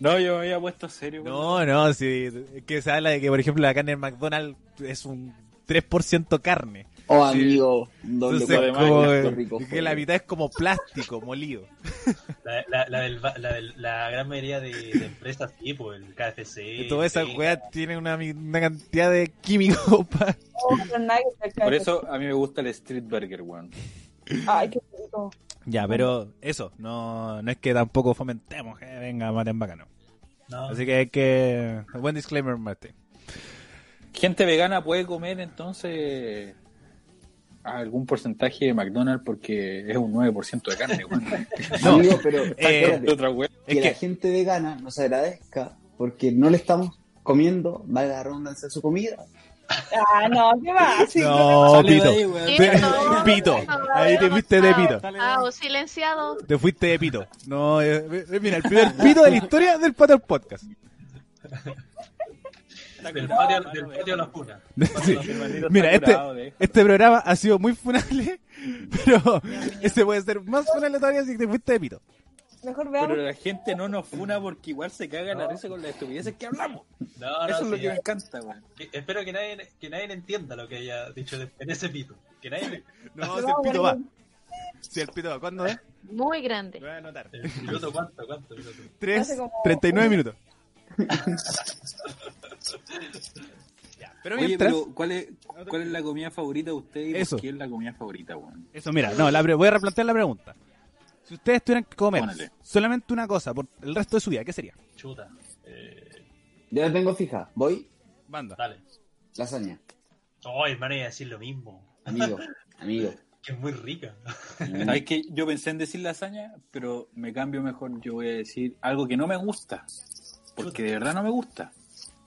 No, yo había puesto serio.
No, no, sí. Es que se habla de que, por ejemplo, la carne en McDonald's es un 3% carne.
Oh,
Sí.
amigo, doble
Entonces,
cuadro,
como,
Puerto
eh,
Rico,
es que la
joder.
mitad es como plástico, molido.
La, la, la, del va- la, del- la gran mayoría de, de empresas, tipo el KFC.
Y toda esa
sí.
weá tiene una, mi- una cantidad de químicos. pa-
Todos los nuggets del
Por
KFC.
eso a mí me gusta el street burger, weón.
Ay, qué rico.
Ya, pero eso, no, no es que tampoco fomentemos que venga, maten bacano.
No,
Así que hay que... Buen disclaimer, Martín.
Gente vegana puede comer entonces algún porcentaje de McDonald's porque es un 9% de carne, weón.
No,
Amigo, pero
eh,
espérate,
De otra weón.
que
es
la
que-
gente vegana nos agradezca porque no le estamos comiendo, valga la redundancia, su comida.
Ah, no, ¿qué va? Sí,
No,
Sale de
pito.
ahí, weón.
Sí,
Te-
no,
pito.
no,
Ahí te
no,
fuiste de
no.
pito.
Ah, o silenciado.
Te fuiste de pito. No, eh, eh, mira, el primer pito de la historia del Pater Podcast.
del patio, del patio a las punas.
Sí. Mira, este, este programa ha sido muy funable, pero ese puede ser más funable todavía si te fuiste de pito.
Pero
mejor veamos.
la gente no nos funa porque igual se caga la risa con las estupideces que hablamos.
No, no,
Eso es lo
sí,
que
ya.
me encanta, weón.
Espero que nadie, que nadie entienda lo que haya dicho de- en ese pito. Que nadie.
No, si el pito va. Si el pito va, ¿cuándo eh? es?
Muy grande.
Lo voy a anotar.
El piloto, ¿cuánto? ¿Cuánto piloto?
3,
Hace como-
39 minutos. Ya, Pero
Oye,
mientras...
pero ¿cuál es, ¿cuál es la comida favorita de usted y
Eso.
por qué es la comida favorita, weón?
Eso, mira, no, la pre- voy a replantear la pregunta. Si ustedes tuvieran que comer
Pónele.
solamente una cosa por el resto de su vida, ¿qué sería?
Chuta. Eh,
Yo la tengo fija. Voy,
Banda.
dale.
lasaña.
Oh, hermano, iba a decir lo mismo.
Amigo, amigo.
Que es muy rica.
Sabes que yo pensé en decir lasaña, pero me cambio mejor. Yo voy a decir algo que no me gusta. Porque de verdad no me gusta.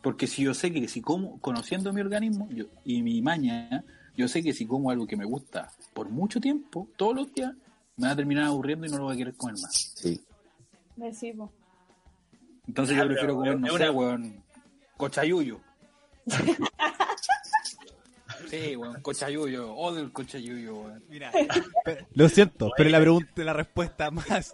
Porque si yo sé que si como, conociendo mi organismo yo- y mi maña, yo sé que si como algo que me gusta por mucho tiempo, todos los días, me va a terminar aburriendo y no lo voy a querer comer más.
Sí.
Decimos.
Entonces
Ah,
yo prefiero comer,
pero es
no
una-
sé, weón, cochayuyo. sí, weón, cochayuyo, odio el cochayuyo, weón.
Mira, pe- lo siento, pero la pregunta, la respuesta más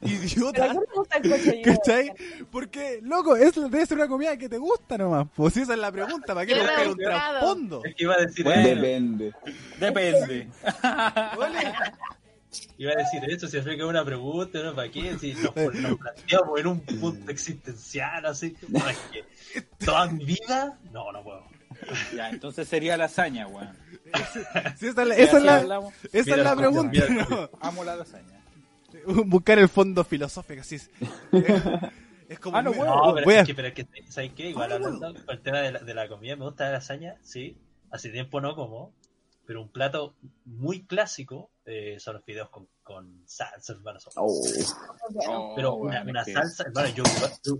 ¿Pero a
idiota,
quién le gusta el coche
¿cachai? Porque, loco, es, debe ser una comida que te gusta nomás. Pues si esa es la pregunta, ¿para qué le
Yo me
buscar
he
un
buscado.
trasfondo?
Es que iba a decir eso.
Depende.
Depende.
Iba a decir eso, si fue que una pregunta, ¿no? ¿Para qué? Si nos, nos planteamos en un punto existencial, así. No, es que toda mi vida, no, no puedo.
ya, entonces sería lasaña, weón.
Si esa es la,
Ya,
esa es
si
la,
hablamos,
esa es
Mira,
la pregunta,
mira,
¿no?
amo la lasaña.
Buscar el fondo filosófico, así es. Es como.
Ah, no,
me-
bueno.
No, pero,
voy a-
es que, pero es que, ¿sabes qué? Igual hablando con el tema de la, de la comida, me gusta la lasaña, sí. Hace tiempo no como, pero un plato muy clásico eh, son los fideos con, con salsa, hermano. son-
Oh,
Oh,
pero una,
weón,
una
es que-
salsa, hermano, yo, yo,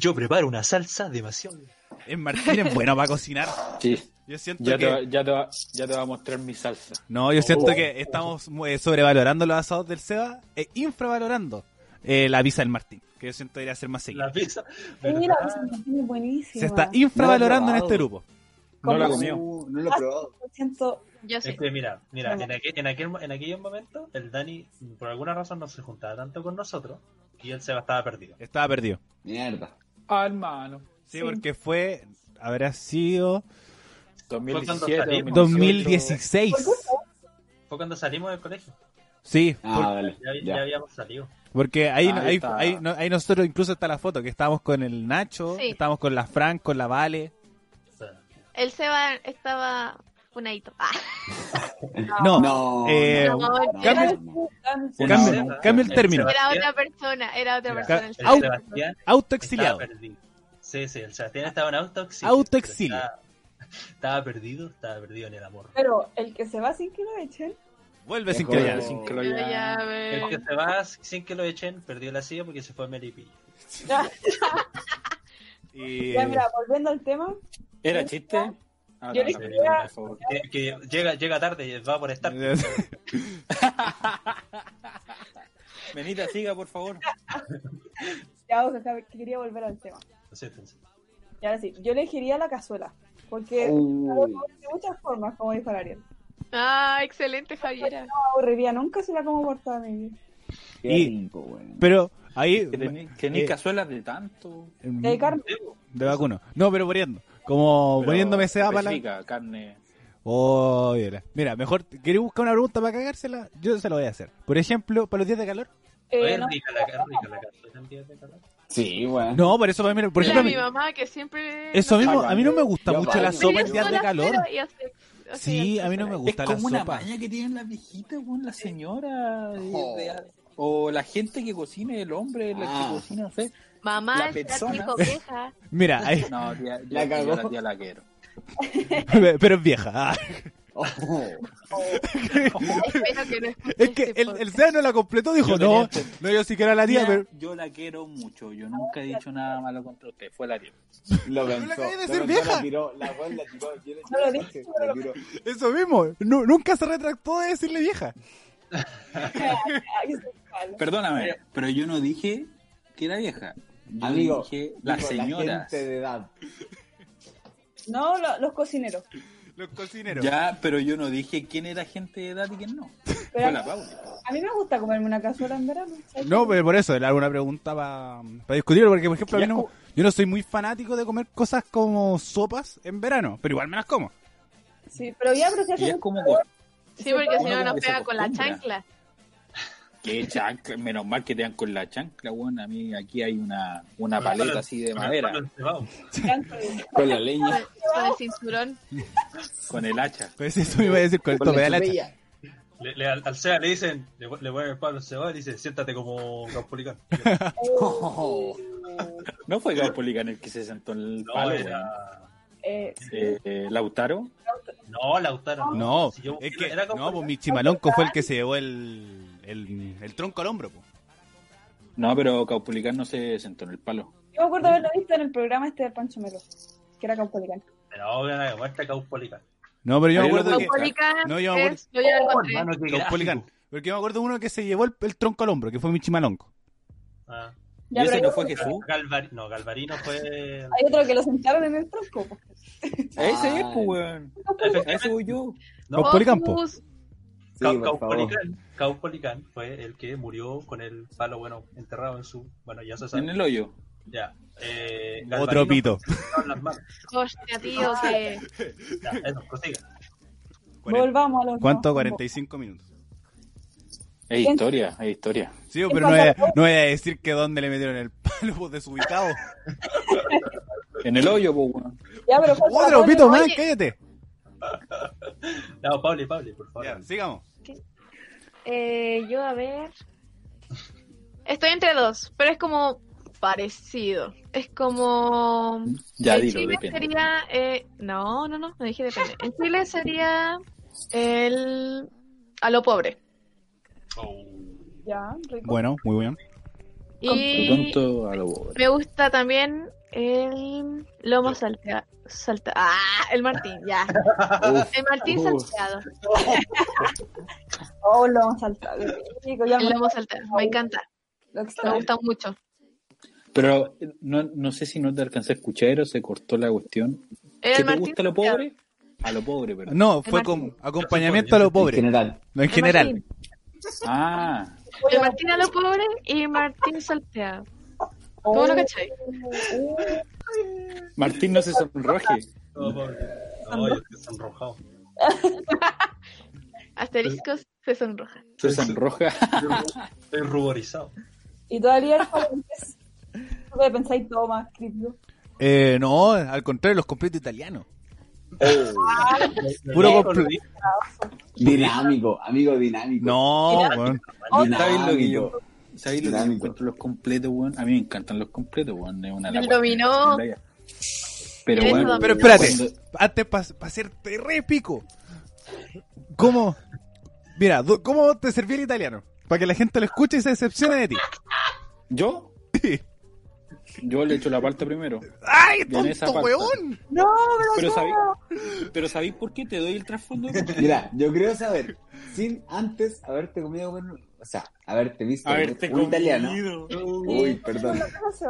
yo preparo una salsa demasiado.
Es Martín es bueno para cocinar.
Sí,
Yo siento
ya
que.
te, va- Oh. ya, te va, ya te va a mostrar mi salsa.
No, yo siento que estamos eh, sobrevalorando los asados del Seba e infravalorando eh, la pizza del Martín, que yo siento debería ser más seguida.
La pizza.
Sí,
¿verdad?
la pizza argentina es buenísima.
Se está infravalorando en
No,
este grupo.
No la
Como
comió.
Uh, no lo he probado.
Lo siento,
Yo
Es
sé.
que mira, mira,
Vamos.
en aquel, en aquel en aquellos momentos el Dani por alguna razón no se juntaba tanto con nosotros y él se estaba perdido.
Estaba perdido.
Mierda.
Ah, hermano.
Sí,
Sí.
porque fue, habrá sido
Fue cuando
2017,
salimos.
2018.
2016.
Fue cuando salimos del colegio,
Sí,
Ah,
por-
vale.
ya, ya
Ya.
habíamos salido.
porque ahí,
Ahí
ahí,
está.
ahí- no- ahí nosotros incluso está la foto, que estábamos con el Nacho,
Sí.
estábamos con la Fran, con la Vale.
O sea,
El Seba estaba punadito. Ah,
No,
No.
eh,
no, no,
cambio-
no, no.
tan-
Una
Cambio-
hora, ¿no?
cambia el
Eh,
término.
Sebastián
era otra persona, era otra
Mira,
persona.
el
El
au-
Seba.
Sebastián
Autoexiliado.
estaba perdido. Sí, sí, el Sebastián estaba en autoexilio.
Autoexilio.
Estaba, estaba perdido, estaba perdido en el amor.
Pero el que se va sin que lo echen,
Vuelve sin
Mejor
creer.
así.
Sin que lo
Yo ya,
ya-
El que
ver.
se va sin que lo echen perdió la silla porque se fue a Melipilla.
Y-
ya mira, volviendo al tema,
¿Era chiste? Ah,
Yo
no,
le
también,
quería-
por favor.
Que, que llega, llega tarde y va por estar.
Benita, siga, por favor.
ya o sea, que quería volver al tema.
Acéptense.
Y ahora sí, yo elegiría la cazuela, porque
Uy.
de muchas formas, como dijo Ariel.
Ah, excelente, Javiera.
No aburriría, nunca se la como por toda mi vida.
Qué
Y-
rico, weón.
Pero ahí...
Que tení- que ni
eh,
cazuelas de tanto.
De carne,
De vacuno. No, pero poniendo. Como
Pero
poniéndome ese para la...
especifica, carne.
Oh, mira. Mira, mejor... ¿Queréis buscar una pregunta para cagársela? Yo se la voy a hacer. Por ejemplo, para los días de calor.
eh,
Oye,
no,
rica la carne, rica la carne. ¿También de calor?
Sí, weón.
No, por eso también... Por
Era
ejemplo,
mi
a mí-
mamá que siempre.
eso mismo,
Ya
a mí no me
baño,
gusta
ya
mucho la
baño.
sopa en
Pero
días de
sola,
calor.
pero y hace- o sea,
Sí, a mí no me
hace-
gusta
es
la
como una
sopa.
maña que tienen las viejitas, weón, la señora. eh, de- o la gente que cocina, el hombre, la
Oh. Ah.
que cocina, no sé.
Mamá,
La
ya te
persona.
dijo queja.
Mira, ahí-
No, tía, yo-
La cagó.
yo la tía la quiero.
pero es vieja. Ah.
Oh,
Espero que no escuche
Es que
este
el, el
podcast.
Seba no la completó, dijo,
Yo
no,
tenía- este".
no, yo sí que era la tía,
Tía,
pero...
Yo la quiero mucho. Yo nunca he dicho nada malo contra usted. Fue la tía.
lo pensó.
acabé de
lo
decir,
pensó,
vieja.
La tiró, la weón la tiró. Yo le
No lo dije,
dije, la
pero lo
tiró.
Eso mismo, nu- nunca se retractó de decirle vieja.
ay, soy malo.
Perdóname, pero yo no dije que era vieja. Yo
Amigo,
dije las
dijo, La
señoras.
gente de edad.
no lo- los cocineros.
Los cocineros.
Ya, pero yo no dije quién era gente de edad y quién no.
Pero
Fue la Paula.
A mí me gusta comerme una cazuela en verano. ¿sabes?
No, pero por eso, era una pregunta para discutirlo, porque por ejemplo, a mí no- yo no soy muy fanático de comer cosas como sopas en verano, pero igual me las como.
Sí, pero ya, pero si
Y
hace
es
un
como
calor,
Sí, porque si
Uno
no
como
nos
que se
pega con la
acostumbra.
chancla.
Qué chancla, menos mal que te dan con la chancla, weón. A mí aquí hay una, una paleta así de madera
tanto de-
Con la leña.
Con el cinturón.
con el hacha.
Pues eso me iba a decir con el
Con
tope
la
de la hacha.
chupilla.
Le, le- al, al Seba le dicen, le, le ponen el Pablo Seba y le dicen, siéntate como Caupolicán.
Oh,
No fue Gaupolican el que se sentó en el
No,
palo, weón.
era...
eh, sí,
Eh, eh, Lautaro.
No, Lautaro.
No,
Si yo-
es que
era
no,
Caupolicán.
pues Michimalonco fue el que se llevó el, el, el tronco al hombro. po.
No, pero Caupolicán no se sentó en el palo.
Yo me acuerdo haberlo visto en el programa este de Pancho Melo, que era caupolicán.
Pero obvio, no me muestra Caupolicán.
No, pero yo me
Ahí lo
acuerdo que.
puedo
Caupolicán
No, yo me
es- eh, yo ya lo
Oh,
Ah,
encontré.
hermano, qué
Caupolicán.
gráfico.
Porque yo me acuerdo de uno que se llevó el, el tronco al hombro, que fue Michimalonco.
Ah,
¿Y
Ya,
ese
pero
no fue Jesús?
Galvari- no, Galvarino fue.
hay otro que lo sentaron en el pues. tronco. po.
Ah,
A ese es, pues, weón. A ese voy yo.
No,
Caupolicán, po.
Opus,
Sí,
Cau-
por favor.
Caupolicán, Caupolicán fue el que murió con el palo, bueno, enterrado en su. Bueno, ya se sabe.
En el hoyo.
Ya. Eh,
Otro
Galvarino
pito.
con las manos.
hostia, tío, que
Ya, eso, prosiga.
Cuaren-
Volvamos a los.
¿Cuánto?
no,
45 minutos.
Es historia, es historia.
Sí, pero no voy, a, no voy a decir que dónde le metieron el palo pues, desubicado.
En el hoyo, pues, weón.
Ya, pero falta la
Otro
Pauli.
pito más,
Oye.
cállate.
No, Pablo, Pablo, por favor.
Ya, sigamos.
eh, yo a ver. Estoy entre dos, pero es como parecido. Es como.
Ya
en
dilo,
Chile
depende.
sería. eh, no, no, no, no dije depende. En Chile sería. El. A lo pobre.
Ya, rico.
Bueno, muy bien.
De
Y.
pronto a lo pobre.
Me gusta también el lomo salteado. Salta... Ah, el Martín, ya.
Uf,
El Martín
Uf.
salteado.
Oh, lo vamos a saltar. Rico, ya
El
me-
lomo salteado. Me encanta.
lo
Me
extraño.
gusta mucho.
Pero eh, no, no sé si no te alcancé a escuchar o se cortó la cuestión.
El
¿Qué te
Martín
gusta a lo
salteado.
pobre? A lo pobre, perdón.
No, fue
Martín.
con acompañamiento a lo
En
pobre.
general.
No en
El
general.
Martín.
Ah,
El Martín a lo pobre y Martín salteado. ¿Cómo
Oh,
lo cachai?
oh,
Martín no se sonroje.
No, Pablo. No, yo estoy sonrojado.
Asteriscos se sonrojan.
Se sonroja.
Estoy ruborizado.
Y todavía el Pauli es- Creo que pensáis todo más crítico.
Eh, no, al contrario, los completos italianos. Puro
Puro
compl-
Dinámico, amigo dinámico.
No, weón.
¿Sabes lo que yo? ¿Sabes lo que yo
Dinámico.
encuentro los completos, weón? A mí me encantan los completos, weón. Es una de
El
las
dominó.
weas Pero,
Eres
weón,
dominó.
Pero espérate, Ah,
cuando-
antes para hacerte re pico. ¿Cómo? Mira, do- ¿cómo te serví el italiano? Para que la gente lo escuche y se decepcione de ti.
¿Yo?
Sí.
Yo le echo la parte primero.
¡Ay,
Y en esa
tonto,
parte.
weón!
No,
Pero
pero,
sabéis,
¿cómo?
pero sabéis por qué te doy el trasfondo.
Mira, yo creo saber, sin antes haberte comido, bueno, o sea, haberte visto
Haberte
un italiano.
comido.
Uh.
Uy, perdón.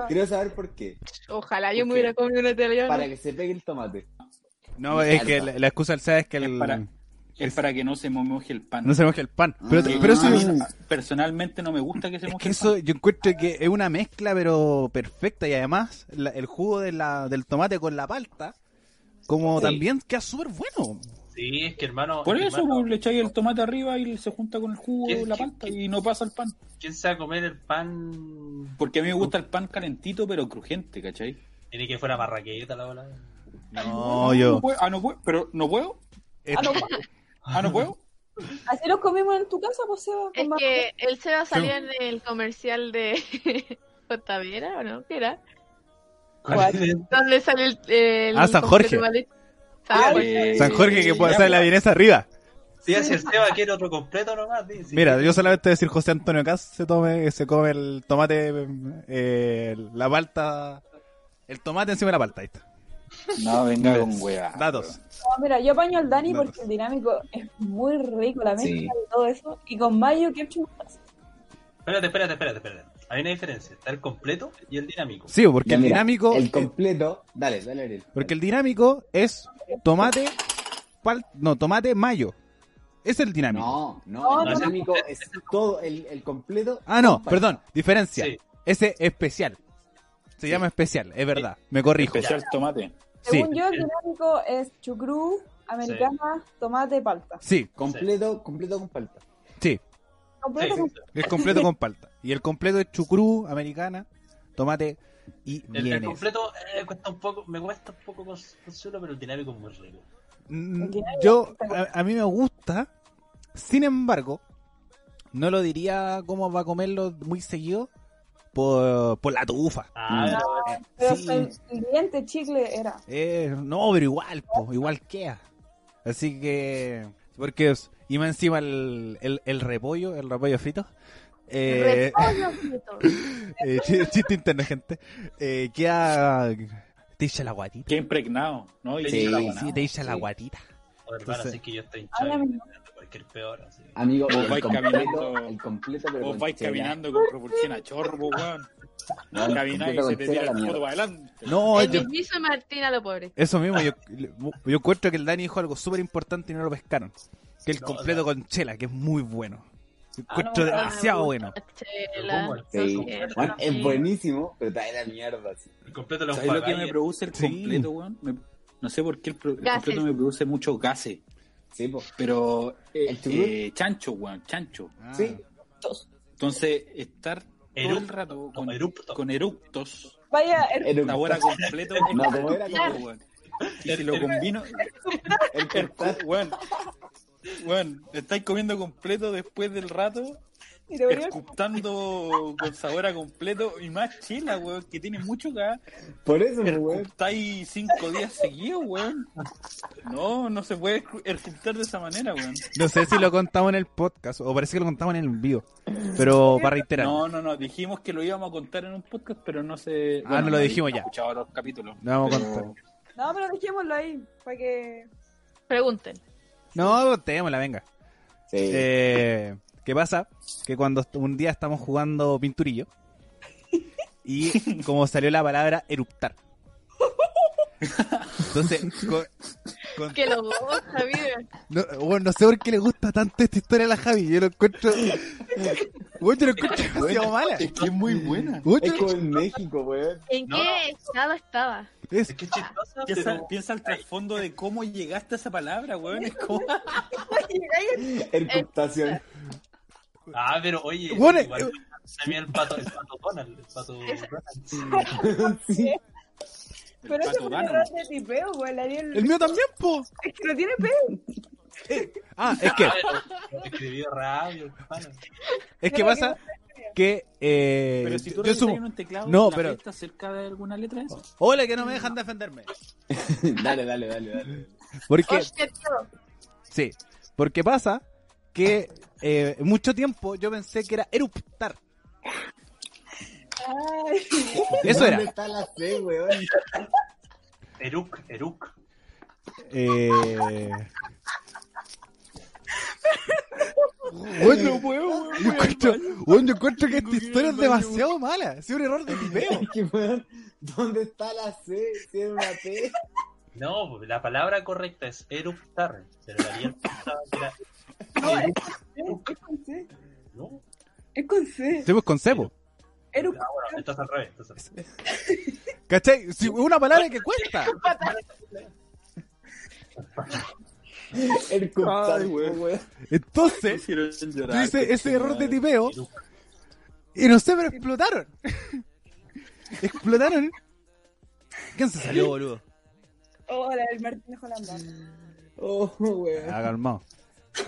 Quiero saber por qué.
Ojalá yo me
Ok.
hubiera comido una
Para
italiana.
que se pegue el tomate.
No, es que la, la excusa del SEA es que el,
Es para- Es para que no se me moje el pan.
no se moje el pan. Pero,
Que
pero eso,
a mí
es
personalmente no me gusta que se moje
que
el
eso
pan.
yo encuentro que es una mezcla pero perfecta y además la- el jugo de la, del tomate con la palta como
Sí.
también queda súper bueno.
Sí, es que hermano.
Por
es que,
eso
hermano,
pues, le echáis el tomate arriba y se junta con el jugo
¿Qué-
la
qué-
palta y no pasa el pan.
¿Quién se va a comer el pan?
Porque a mí me gusta el pan calentito pero crujente, ¿cachai?
Tiene que fuera barraqueta la bola.
No, yo.
puedo, ah, no puedo, pero no puedo.
eh,
Ah, no,
Ah, no puedo.
Así los comimos en tu casa, pues Seba. con
Es
más-
que él se va a salir en el comercial de Jotavera, ¿o no? ¿Qué era? ¿Dónde sale el, el
Ah, San
completo
Jorge.
mal- San Jorge.
Eh,
San Jorge que puede
ya, pues,
hacer la vienesa arriba.
Sí, si el Seba quiere otro completo nomás. di, sí.
Mira, yo solamente voy a decir José Antonio Cas se tome, se come el tomate, eh, la palta, el tomate encima de la palta, ahí está.
No, venga con
Ah,
hueá.
Datos.
No, mira, yo apaño al Dani
Datos.
porque el dinámico es muy rico, la mezcla
Sí.
y todo eso. Y con mayo, ketchup,
Espérate, espérate, espérate, espérate. Hay una diferencia. Está el completo y el dinámico.
Sí, porque
Ya,
el
mira,
dinámico,
El completo. Dale, dale, Ariel.
porque el dinámico es tomate, pal- no, tomate mayo. Es el dinámico.
No,
No,
no, el
no,
dinámico es todo, el, el completo.
Ah, no,
Compa-
perdón, diferencia.
Sí.
Ese especial. Se llama especial, es verdad, me corrijo.
Especial tomate.
Sí,
Según yo, el dinámico es chucrú, americana, tomate, palta.
sí,
Completo, completo con palta.
sí.
Completo
Sí.
con-
Es completo con palta. Y el completo es chucrú, americana, tomate y
El, el
vienesa.
completo eh, cuesta un poco, me cuesta un poco cons- consuelo, pero el dinámico es muy rico.
Mm,
Porque nadie
Yo, a, a mí me gusta, sin embargo, no lo diría cómo va a comerlo muy seguido por, por la tufa.
Ah,
Mm.
pero-
Pero
Sí.
el, el diente chicle era.
Eh, no, pero igual, po, igual queda. Así que, porque, es- y más encima el, el, el repollo, el repollo frito, Eh,
Repollo frito.
eh, ch- chiste interno, gente. Eh, queda. Te hincha la guatita.
Qué impregnado, ¿no? Y
Sí,
se la
sí,
ganaba.
te hincha la guatita.
O hermano,
Entonces-
así que yo estoy hinchado
Háblame.
y de cualquier peor. Así.
Amigo,
Vos
el
vais
completo,
caminando-
el completo, pero
Vos
con
vais
chela.
caminando con propulsión a chorro, weón.
No, el
Camináis y
completo
se
con
te
chela
tira
la
el
mierda.
puto para adelante.
No,
El
yo,
mismo Martín a lo pobre.
eso mismo. Yo, yo encuentro que el Dani dijo algo súper importante y no lo pescaron. Que el
No,
completo
no.
con chela, que es muy bueno. Lo
Ah, no,
Encuentro
no, no,
demasiado bueno.
Chela.
¿Cómo?
Sí.
Sí, eso
Bueno,
sí.
es buenísimo, pero trae la mierda. así.
El completo lo
¿Sabes lo que me produce el
Sí.
completo, weón? Me- no sé por qué el, pro- el
Gases.
completo me produce muchos gases.
Sí, po.
Pero eh,
¿El chucrut?
eh, chancho, weón, chancho.
Sí.
Entonces, estar todo el
Erupto,
rato con,
erupto.
con eructos,
Vaya, el
Era un-
la hora completo es
No, como era
complicado,
como-
weón. Y si lo combino,
el
el
cortar-
cu- weón, weón, estáis comiendo completo después del rato,
y te volvió el
escuptando con sabor a completo y más chela, weón, que tiene mucho gas.
Por eso, po, weón.
Ercuptáis cinco días seguidos, weón. No, no se puede ercu- ercuptar de esa manera, weón.
No sé si lo contamos en el podcast o parece que lo contamos en el vivo. Pero para reiterar.
No, no, no, dijimos que lo íbamos a contar en un podcast, pero no se...
Ah, no lo dijimos
he
ya.
escuchado los capítulos.
No vamos a
pero-
contar.
No, pero dejémoslo ahí, para que...
Pregunten.
No, contémosla, venga.
Sí.
Eh, ¿Qué pasa? Que cuando est- un día estamos jugando pinturillo y como salió la palabra eruptar. Entonces, con- con-
Que lo goza, vive.
no, bueno, no sé por qué le gusta tanto esta historia a la Javi. Yo lo encuentro. Bueno, yo lo encuentro demasiado mala.
Es que es muy buena.
Bueno,
Es como en México, weón.
¿En
No.
qué estado estaba?
es-
Es que es chistosa,
Piensa,
pero
piensa el trasfondo de cómo llegaste a esa palabra, weón. Es como...
Ercuptación.
Ah, pero oye,
Bueno, eh,
igual, también el pato, el pato Donald, el pato Donald.
Sí.
Pero
El
ese
pato
fue un
Donald.
error de tipeo, güey. la Ariel-
el mío también, po.
Es que no tiene peo.
Ah, es que.
Lo escribió rabio, el pana.
Es que pasa que. eh,
Pero si tú
yo
lo
sumo.
en un teclado,
No,
¿la
pero-
pesta cerca de alguna letra de eso?
Hola, que no me dejan defenderme.
Dale, dale, dale, dale.
Porque,
Oh.
Hostia, tío.
sí, porque pasa que eh, mucho tiempo yo pensé que era eruptar.
Ay,
Eso
¿Dónde
era.
está la C, weón?
Eruk, Eruk.
Eh,
No puedo, weón.
yo, encuentro, bueno, yo encuentro que esta historia es demasiado mala. Es un error de tipeo.
Es que, weón, ¿dónde está la C? Si era una T.
No, pues, la palabra correcta es eruptar, pero la Ariel pensaba que era
es con C.
no.
Es con C.
Estamos pues, con cebo.
Era un-
Ah, bueno, estás al revés. estás al revés.
¿Cachai? Si- una palabra que cuesta.
Ercuptación,
weón.
weón.
Entonces, tú dices ese error de tipeo y no sé, pero explotaron. explotaron. ¿Quién se salió, boludo?
Hola, el Oh, Martín Holanda.
Oh, weón.
Ah, calmado.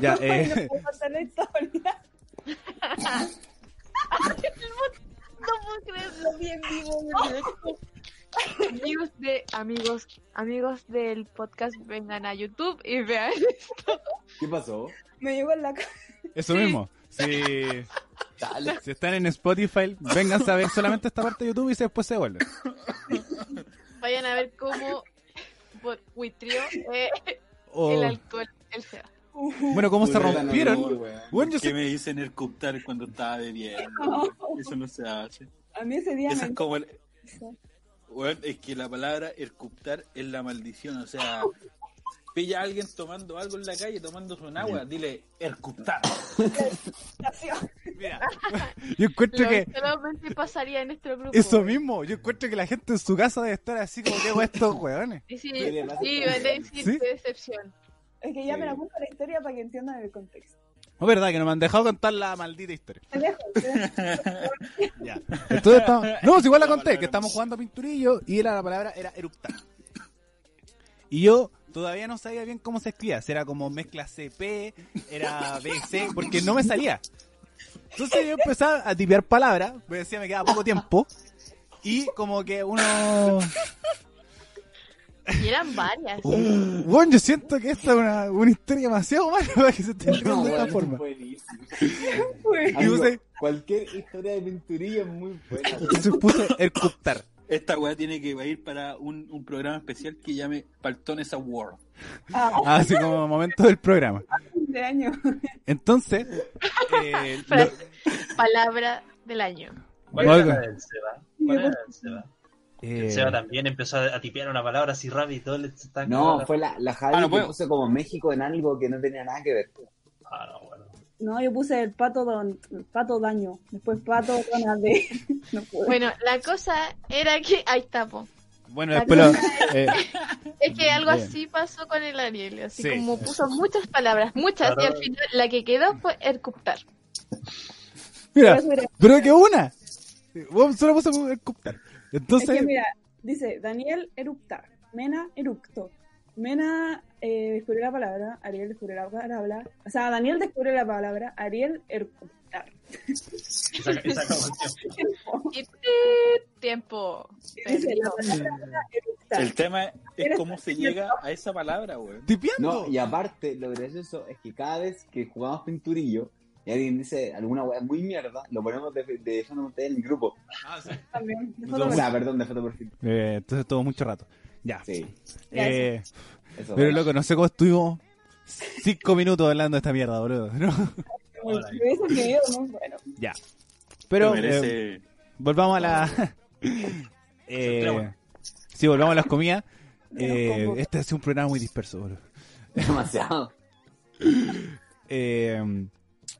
Ya,
Ay, no
eh,
puedo contar la historia.
No puedo creerlo bien vivo. güey. Amigos de amigos, amigos del podcast vengan a YouTube y vean.
¿Qué pasó?
Me llegó en la cara.
eso mismo. Si,
Dale.
si están en Spotify, vengan a ver solamente esta parte de YouTube y se- después se vuelven.
Vayan a ver cómo por Huitrio eh,
O-
el alcohol el se va.
Oh. bueno, cómo se
Puta, la
rompieron.
luz.
Bueno, yo
¿Qué
sé,
me dicen ercuptar cuando estaba bebiendo? Eso no se hace.
A mí ese día
Eso
me...
es como el...
hizo.
Weón, es que la palabra ercuptar es la maldición, o sea, pilla a alguien tomando algo en la calle, tomándose un agua, dile ercuptar.
yo encuentro
Lo
que
solamente pasaría en nuestro grupo.
eso mismo, yo encuentro que la gente en su casa debe estar así como que hago estos hueones.
Y sí,
Pero además
sí,
está
van a decir
¿Sí?
de decepción.
Es que ya me la cuento la historia para que entiendan el contexto.
No es verdad que no me han dejado contar la maldita historia.
Te dejo, te dejo.
Ya. Entonces estamos- No, si igual la conté, que estamos jugando a pinturillo y era, la palabra era eruptar. Y yo todavía no sabía bien cómo se escribía, si era como mezcla CP, era BC, porque no me salía. Entonces yo empezaba a tipear palabras, me decía me quedaba poco tiempo, y como que uno...
Y eran varias.
Bueno, yo siento que esta es una, una historia demasiado mala para que se esté
No,
llegando de esta
weón,
forma.
buenísimo.
Güey.
Y
Amigo,
usted-
Cualquier historia de pinturilla es muy buena.
Entonces puse el Cuptar.
Esta weá tiene que ir para un, un programa especial que llame Paltones Award.
Ah,
Así como momento del programa.
de año.
Entonces, eh, lo-
Frase- palabra del año.
¿Cuál
No,
era la
no.
del Seba? ¿Cuál era la del Seba?
eh,
El Seba también empezó a, a tipear una palabra así rápido y todo le se está
No, fue la, la Javi
Ah, no
que
puedo.
puso como México en algo que no tenía nada que ver.
Ah, no, bueno.
No, yo puse el pato don, el pato daño. Después pato dona de. No puedo.
Bueno, la cosa era que. Ahí está, po.
bueno, después lo- eh,
Es que algo
Bien.
así pasó con el Ariel. Así
Sí.
como puso muchas palabras, muchas, y al final la que quedó fue Ercuptar.
mira,
Pero mira,
pero que una. Bueno, Solo puse el Cuptar.
es que
Entonces,
mira, dice Daniel eruptar, Mena erupto. Mena eh, descubrió la palabra, Ariel descubrió la palabra. O sea, Daniel descubrió la palabra, Ariel eruptar.
Esa, esa canción.
Y ¡tit! tiempo.
Dice la
perdido.
palabra eructar.
El tema es
Eres
cómo se llega a esa palabra, weón.
tipeando.
No, y aparte, lo gracioso es que cada vez que jugamos pinturillo y alguien dice alguna weá muy mierda, lo ponemos de, de fondo de pantalla en el grupo.
También.
O sea, perdón, de foto perfil.
Eh, entonces todo mucho rato. Ya.
Sí,
Eh,
eso.
pero loco, no sé cómo estuvimos cinco minutos hablando de esta mierda, boludo. ¿no?
Pero eso que veo, ¿no? Bueno,
Ya. Pero
Te
eh,
merece-
volvamos a la. eh, sí, volvamos a las comidas. Eh,
Pero
este ha sido un programa muy disperso, boludo.
Demasiado.
Eh,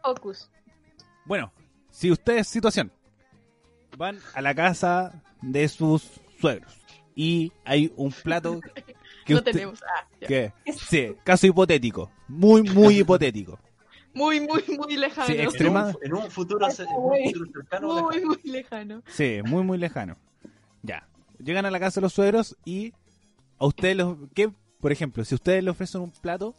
Focus.
Bueno, si ustedes, situación, van a la casa de sus suegros y hay un plato que
No
usted-
tenemos. Ah, ya.
que- sí, caso hipotético, muy, muy hipotético.
Muy, muy, muy lejano.
Sí, ex-
En un-
Extremada-
En un futuro, se- en un futuro cercano.
Muy, muy lejano.
Sí, muy, muy lejano. Ya, llegan a la casa de los suegros y a ustedes los... que, Por ejemplo, si ustedes le ofrecen un plato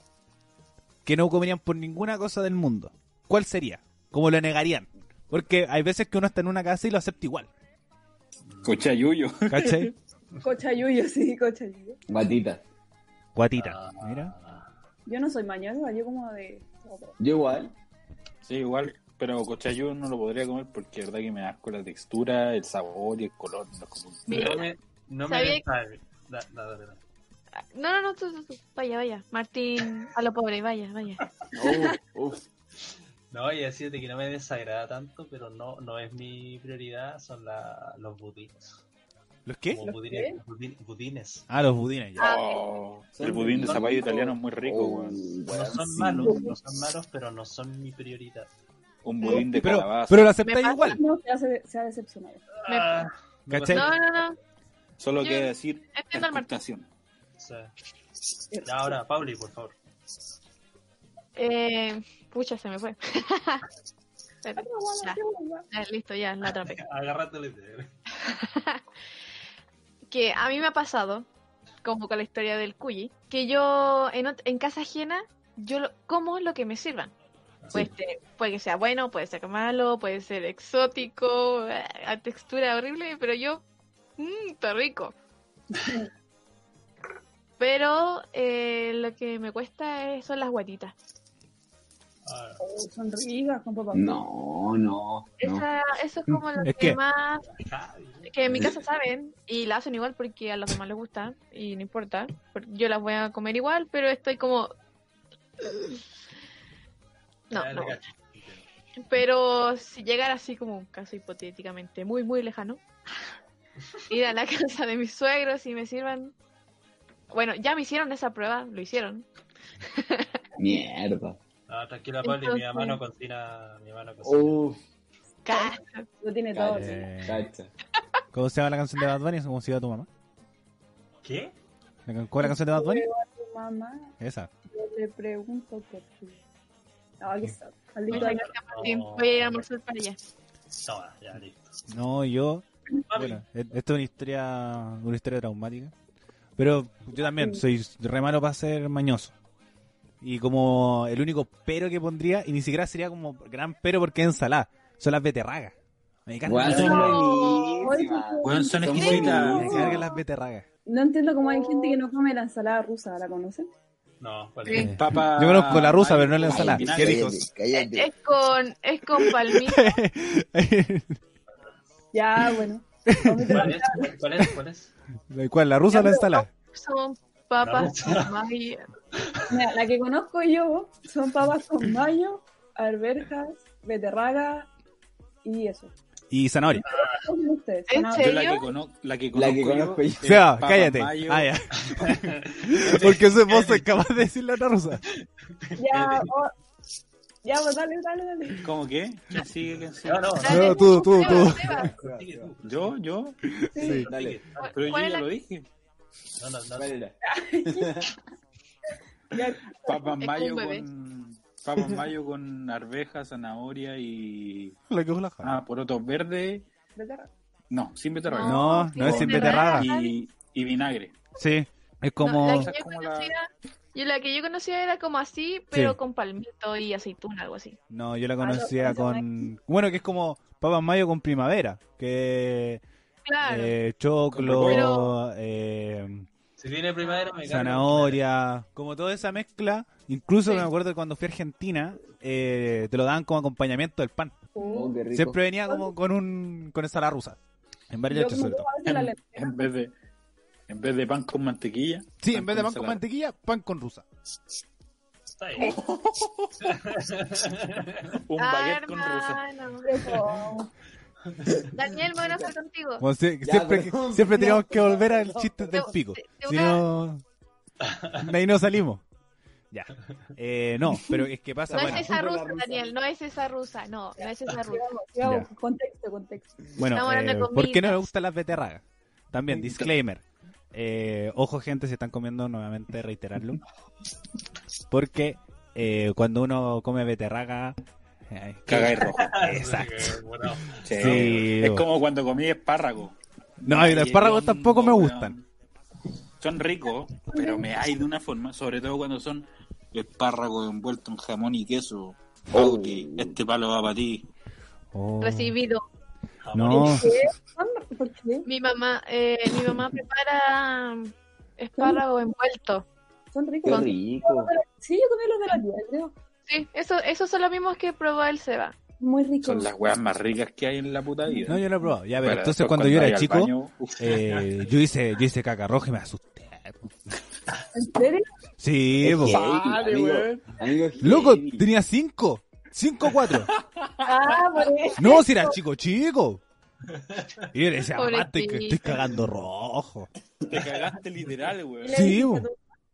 que no comerían por ninguna cosa del mundo, ¿cuál sería? ¿Cómo lo negarían? Porque hay veces que uno está en una casa y lo acepta igual,
Cochayuyo.
¿cachai?
cochayuyo, sí, cochayuyo.
Guatita.
Guatita, mira.
Yo no soy mañosa, yo como de.
Yo igual.
Sí, igual. Pero cochayuyo no lo podría comer porque la verdad que me da asco la textura, el sabor y el color. No, como- eh,
Mira.
No me, no me
Sabía-
deja- da- da- da- da.
No, no, no, tú, tú, tú. Vaya, vaya. Martín, a lo pobre, vaya, vaya.
Uf, uf.
No, y decirte que no me desagrada tanto, pero no, no es mi prioridad, son la, los budines.
¿Eh? ¿Los qué?
Como budines, budin- budines.
Oh. Ah, los budines ya.
Ah,
Oh, el budín de zapallo italiano es muy rico,
Oh,
weón.
No
weón,
son
sí.
malos, no son malos, pero no son mi prioridad.
Un budín de
pero,
calabaza.
pero lo
Me
aceptáis
pasa.
igual.
No, se, hace, se ha decepcionado.
Me-
Ah, me
¿Cachai?
pasa-
no, no, no.
Solo
yo-
queda decir
entiendo al Martín.
percutación.
sí. Ya, Ahora, Pauli, por favor.
Eh, pucha, se me fue. Espérate. Ya, ya, Eh, listo, ya, la atrapé.
Agárrate la idea.
que a mí me ha pasado, como con la historia del cuyi, que yo en, ot- en casa ajena, yo lo- como lo que me sirvan. Pues, este, puede que sea bueno, puede ser malo, puede ser exótico, eh, a a textura horrible, pero yo, mmm, está rico. pero eh, lo que me cuesta es- son las guatitas.
Ah,
Oh, son ricas con papá.
No, no. no.
Esa- eso es como lo
Es
que
que-
más
Javi.
que en mi casa saben y la hacen igual porque a los demás les gusta y no importa. por- Yo las voy a comer igual, pero estoy como... No,
Ya,
no.
le cacho.
Pero si llegara así como un caso hipotéticamente muy, muy lejano, ir a la casa de mis suegros y me sirvan... Bueno, ya me hicieron esa prueba, lo hicieron.
Mierda.
Ah, tranquila, Pauli, mi mamá no
Entonces-
cocina. Mi mamá no cocina.
Oh.
Uf,
Ca-
Lo tiene todo. sí.
Eh,
cacha.
¿Cómo se llama la canción de Bad Bunny? ¿Cómo se llama tu mamá?
¿Qué?
¿La can- ¿Cuál es la canción de Bad Bunny?
Yo a tu mamá
Esa.
yo le pregunto por ti. No, aquí está. Maldito
Muchas
año.
gracias,
Ah.
Martín. Voy a ir a almorzar para allá.
Toma, ya, listo.
No, yo.
Papi,
Bueno, e- esto es una historia, una historia traumática. Pero yo también soy re malo para ser mañoso. Y como el único pero que pondría, y ni siquiera sería como gran pero porque es ensalada, son las beterragas. Me
Weón,
encantan,
son
No.
buenísimas.
Weón, son
Son
exquisitas.
me encantan las beterragas.
No entiendo cómo hay gente que no come la ensalada rusa, ¿la conocen?
No, ¿cuál
Sí.
es?
Eh,
Papa-
Yo conozco la rusa, pero no la
Ay,
ensalada.
vinagre.
¿Qué dijo?
Es con, es con palmito.
Ya, bueno.
¿Cuál es? ¿Cuál es? ¿Cuál es?
¿Cuál? ¿La rusa o la ensalada?
Son papas con mayo.
Mira, la que conozco yo son papas con mayo, arberjas, beterraga y eso.
Y zanahoria.
¿Cómo son ustedes?
¿En
Yo
Son
serio?
ahora-
la que, cono- la que
La
conozco,
que conozco
yo,
yo.
es
Seba,
Papa
cállate.
Mayo.
Ah, ya. Porque ese vos es capaz de decir la otra rusa.
Ya, oh, ya, pues dale, dale, dale.
¿Cómo qué? ¿Quién sigue? ¿Quién sigue?
Ah, No, no,
Dale,
No, tú, tú,
Seba,
tú.
Seba.
sigue tú.
¿Yo? ¿Yo?
Sí.
No,
Dale.
sigue.
Pero yo
¿Cuál
ya
es la-
lo dije.
No, no, no.
¿Cuál era?
Papas
como
mayo
un bebé.
con... Papas mayo con arveja, zanahoria y...
La que vos la jala.
Ah, porotos verdes.
Beterraga.
No, sin beterraga.
No, no es sin beterraga.
Y, y vinagre.
Sí. Es
No,
como.
la, que yo
como la-
conocía, y la que yo conocía era como así, pero
Sí.
con palmito y aceituna, algo así.
No,
Ah,
yo la conocía con. Bueno, que es como papas mayo con primavera. Que.
Claro.
Eh,
Pero-
choclo. Eh.
Si viene primavera, me cargo.
zanahoria, como toda esa mezcla. Incluso
Sí.
me acuerdo que cuando fui a Argentina, eh, te lo daban como acompañamiento del pan.
Oh, qué rico.
Siempre venía como con un con ensalada rusa. En varias
Yo
leches
como
sobre
que
todo.
a veces la
En,
lenteja.
en vez de... En vez de pan con mantequilla.
Sí, en vez de pan con
ensalada.
mantequilla, pan con rusa.
Está bien.
Un
Ah,
baguette con rusa.
hermano.
Eso.
Daniel, me voy a hacer contigo.
Como si-
Ya,
siempre
perdón,
siempre teníamos
no,
que volver al
perdón,
chiste del
Te-
pico.
te- te
Si
voy a-
no, de ahí no salimos. Ya. Eh, no, pero es que pasa.
No
Bueno,
es esa
siempre la
rusa,
rusa.
Daniel, no es esa rusa, no, no es esa rusa.
Sigamos, sigamos. Contexto, contexto.
bueno
Estamos hablando de
eh, ¿por qué no me
comidas.
gustan las beterragas? También, disclaimer. Eh, ojo, gente, si están comiendo, nuevamente reiterarlo. Porque eh, cuando uno come beterraga. eh,
Cagáis rojo.
Exacto.
Bueno,
Sí.
Sí,
Es
bo.
como cuando comí espárrago.
No, y los espárragos
Yo,
tampoco me
weón,
gustan.
Son ricos, pero me hay de una forma, sobre todo cuando son espárragos envueltos en jamón y queso. Auri, este palo va para ti.
Oh,
Recibido.
No,
¿Por- ¿Por qué?
Mi mamá, eh, mi mamá prepara mm, espárrago envuelto.
Son ricos.
Qué
Son-
rico.
Sí, yo comí los de la tía, creo.
Sí, eso, esos son los mismos que probó el Seba.
Muy rico.
Son las weas más ricas que hay en la puta vida.
no, yo no he probado. Ya, pero
Para
entonces
después
cuando yo era
vaya al
chico,
baño, uf,
eh, yo hice, yo hice caca roja y me asusté.
¿En serio?
Sí,
Es
bo.
heavy, amigo. Amigo, es
Loco,
heavy.
tenía cinco. Cinco, cuatro.
Ah, por eso.
No, si era chico, chico. Y yo le decía, mamá, estoy,
Pobrecito.
estoy cagando rojo.
te cagaste literal, weón.
Sí, bo.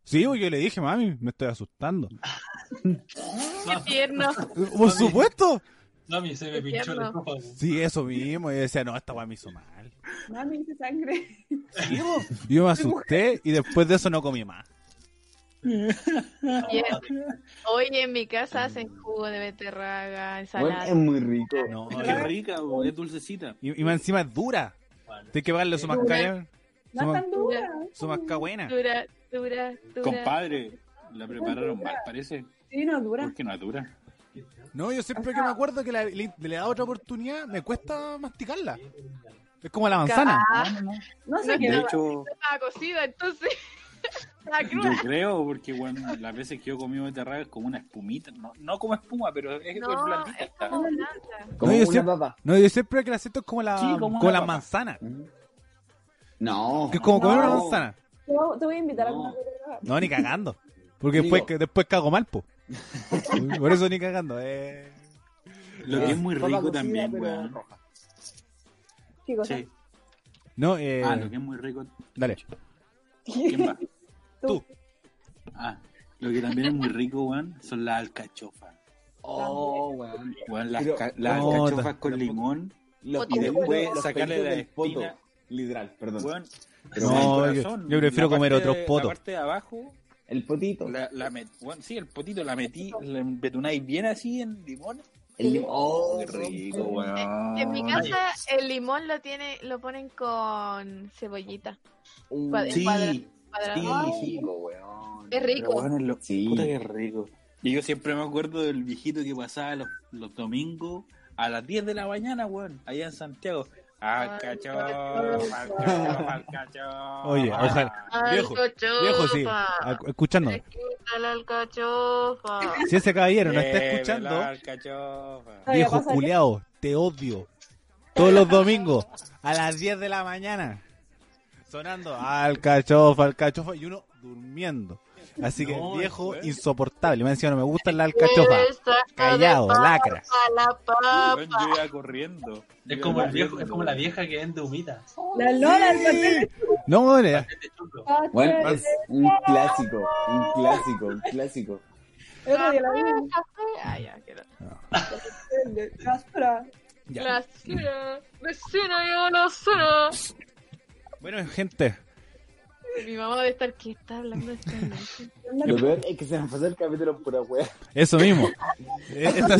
Sí, bo, yo le dije, mami, me estoy asustando. Eh,
Qué tierno.
Por supuesto.
Mami, se me pinchó el ojo.
Sí, eso mismo. Y yo decía, no, esta weá me hizo mal.
Mami, hice sangre.
Sí, bo. Y yo me asusté y después de eso no comí más.
Bien. Hoy en mi casa hacen jugo de beterraga,
Bueno,
ensalada.
es muy rico.
No,
Qué rica, weón, es dulcecita.
Y, y más encima es dura.
Bueno.
Tienes que pagarle su
Dura.
mascaya. Su,
No es
ma-
tan dura.
su mascaya buena.
Dura, dura, dura.
Compadre, la prepararon mal, parece.
Sí, no es dura.
Porque no es dura.
No, yo siempre que me acuerdo que la- le, le da otra oportunidad, me cuesta masticarla. Es como la manzana.
Ah,
No sé
No,
qué.
De
no.
no.
hecho,
estaba cocida, entonces. La
Yo
cruda.
creo, porque bueno, las veces que yo he comido beterraga es como una espumita, no, no como espuma, pero es, es
No,
blandita.
es
está.
como blanda.
Como
No, yo
una
siempre-
papa.
No, yo siempre que la siento es como la,
Sí, como
como
una
la
papa.
manzana.
No.
Que es como comer una
No.
manzana.
Te voy- Te voy a invitar a
No.
comer. beterraga.
No, ni cagando. Porque después,
Amigo.
que- después cago mal, po. Por eso ni cagando. eh.
Lo que es muy
Papa
rico
cocida,
también,
pero
weón.
roja.
¿Qué cosa?
Sí.
No, eh,
Ah, lo que es muy rico.
dale.
¿Quién va?
Tú.
Ah, lo que también es muy rico, weón, son las alcachofas.
Oh, weón.
Weón, las,
Pero-
ca- las
No,
alcachofas
ta-
con limón,
Los
Y
pelitos-
después
los
sacarle
pelitos
la
del poto.
espina.
Literal, perdón.
weón.
Pero
No,
el
yo- yo prefiero
la
comer
parte
otros
de-
potos.
La parte de abajo,
El potito.
la, la met- weón, sí, el potito la metí, la embetunáis bien así en limón.
El lim- Oh, Ah,
Qué rico, weón.
En mi casa el limón lo tiene, lo ponen con cebollita.
Uh,
Cuad-
Sí,
cuadra-
sí,
cuadra-
Qué rico, weón.
Es
Pero
rico.
bueno, es lo-
Sí.
puta que rico. Y yo siempre me acuerdo del viejito que pasaba los, los domingos a las 10 de la mañana, weón, allá en Santiago. Al cachorro, al cachorro, al cachorro.
Oye, ojalá.
Algo
Viejo, viejo, sí.
chupa.
Escuchándonos.
Fresquita. la alcachofa.
Si ese caballero no está
Llévela
escuchando,
al cachofa.
Todavía
viejo
pasa-
culeado, te odio. Todos los domingos, a las 10 de la mañana, sonando al cachofa, al cachofa, y uno durmiendo. Así que
No,
viejo,
después.
insoportable. Me decía, no me gustan las alcachofas. Callado, lacras.
La
Weón,
papa.
Yo iba corriendo.
Es
Yo
como,
iba
el viejo, es
corriendo.
como la vieja que vende humitas.
La Lola, el pastel de
No, le-
Este choclo.
chocolate.
Bueno, es un clásico, un clásico, un clásico.
El otro día la vi.
Café, Ah, ya, que no.
el de la basura.
Ya.
La cena, vecina, yo no cena.
Bueno, gente,
Mi mamá debe estar que está hablando esta noche.
Lo peor es que se nos pasó el capítulo pura wea.
eso mismo. Eh, esta-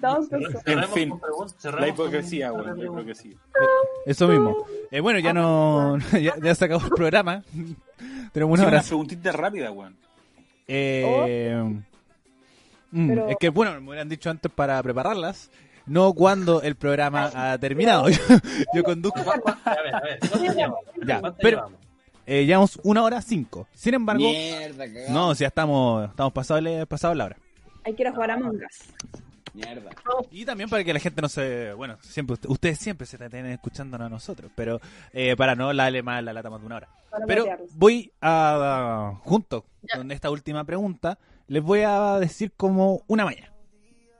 Entonces,
Cerremos
fin,
con pregun- cerremos
La
con
hipocresía,
una
weón, la
pregunta.
hipocresía.
eso mismo. Eh, bueno, ya no. Ya, ya se acabó el programa. Tenemos
Sí,
una
una
hora.
preguntita rápida, weón.
Eh, mm,
Pero-
Es que, bueno, me hubieran dicho antes para prepararlas. No cuando el programa ha terminado. Yo, yo conduzco.
A ver, a ver. ¿cuánto llevamos?
Ya,
¿Cuánto
pero-
llevamos?
Eh, llevamos una hora cinco. Sin embargo,
Mierda, cagado.
no, si ya estamos, estamos pasables, pasados la hora.
hay que ir a jugar a mangas.
Mierda.
Y también para que la gente no se. Bueno, siempre ust- ustedes siempre se estén escuchándonos a nosotros, pero eh, para no darle más la lata más de una hora.
Para
Pero
patearlos.
voy a. Junto con esta última pregunta, les voy a decir como una maña.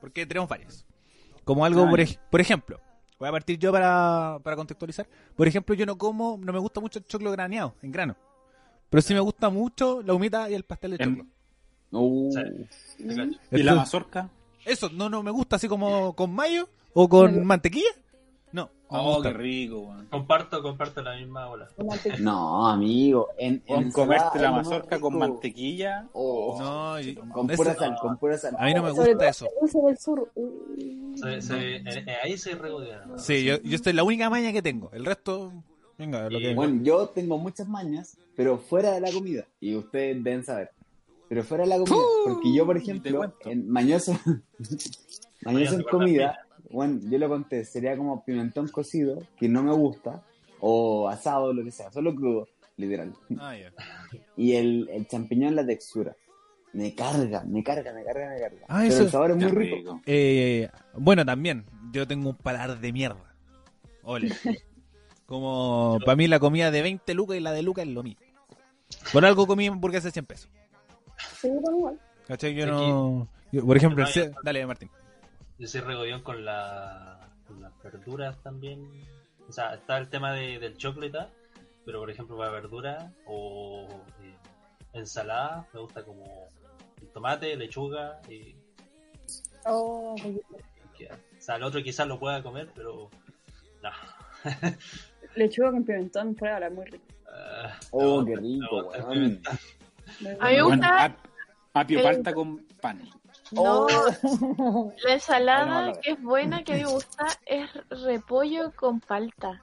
Porque tenemos varias. Como algo, por, ej- por ejemplo, voy a partir yo para, para contextualizar. Por ejemplo, yo no como. No me gusta mucho el choclo graneado, en grano. Pero sí me gusta mucho la humita y el pastel de
En-
choclo.
Uh,
Mm,
Te cacho.
¿Y la
Entonces-
mazorca?
Eso, no, no me gusta así como con mayo o con mantequilla. No, no me
Oh,
gusta.
qué rico, weón.
Comparto, comparto la misma ola.
Con mantequilla.
No, amigo. En, en
Con
ensalada
comerte la
es lo más
mazorca con
rico.
mantequilla.
Oh,
No, y-
con
de
pura
ese-
sal, con pura sal.
a mí no me
Sobre todo
gusta eso.
el dulce del sur. Mm.
Se- se- eh, eh, ahí se regodea. ¿no?
Sí, yo, yo esta es la única maña que tengo. El resto, venga, lo que
Bueno, yo tengo muchas mañas, pero fuera de la comida. Y ustedes deben saber. Pero fuera de la comida. Porque yo, por
Ni te
ejemplo,
cuento.
en mañoso, mañoso
Mañoso
en
con la
comida, bueno, yo lo conté, sería como pimentón cocido, que no me gusta, o asado, lo que sea, solo crudo, literal.
Ah, ya.
Y el, el champiñón, la textura. Me carga, me carga, me carga, me carga.
Ah,
pero
eso-
el sabor es
Qué
muy rico.
rico.
Eh, bueno, también, yo tengo un paladar de mierda. Ole. Como para mí la comida de 20 lucas y la de lucas es lo mismo. Por algo comí hamburguesa de 100 pesos.
Sí, yo también igual.
¿Cachai? Yo
Es
no. yo, por ejemplo, el
no,
ce-
yo-
dale, Martín.
Yo soy regodeón con, la, con las verduras también. O sea, está el tema de, del choclo y tal, pero por ejemplo para verduras o eh, ensalada, me gusta como el tomate, lechuga. Y,
Oh, pollito.
que- o sea, el otro quizás lo pueda comer, pero no.
lechuga con pimentón, fuera de la muy rico.
Ah,
Oh,
no,
qué
no,
rico,
no,
weón.
De verdad.
A mí me
Bueno,
gusta.
ap- apio
el-
palta con pan.
No, la
Bueno, vamos a
ensalada
ver.
que es buena, que a mí me gusta, es repollo con palta.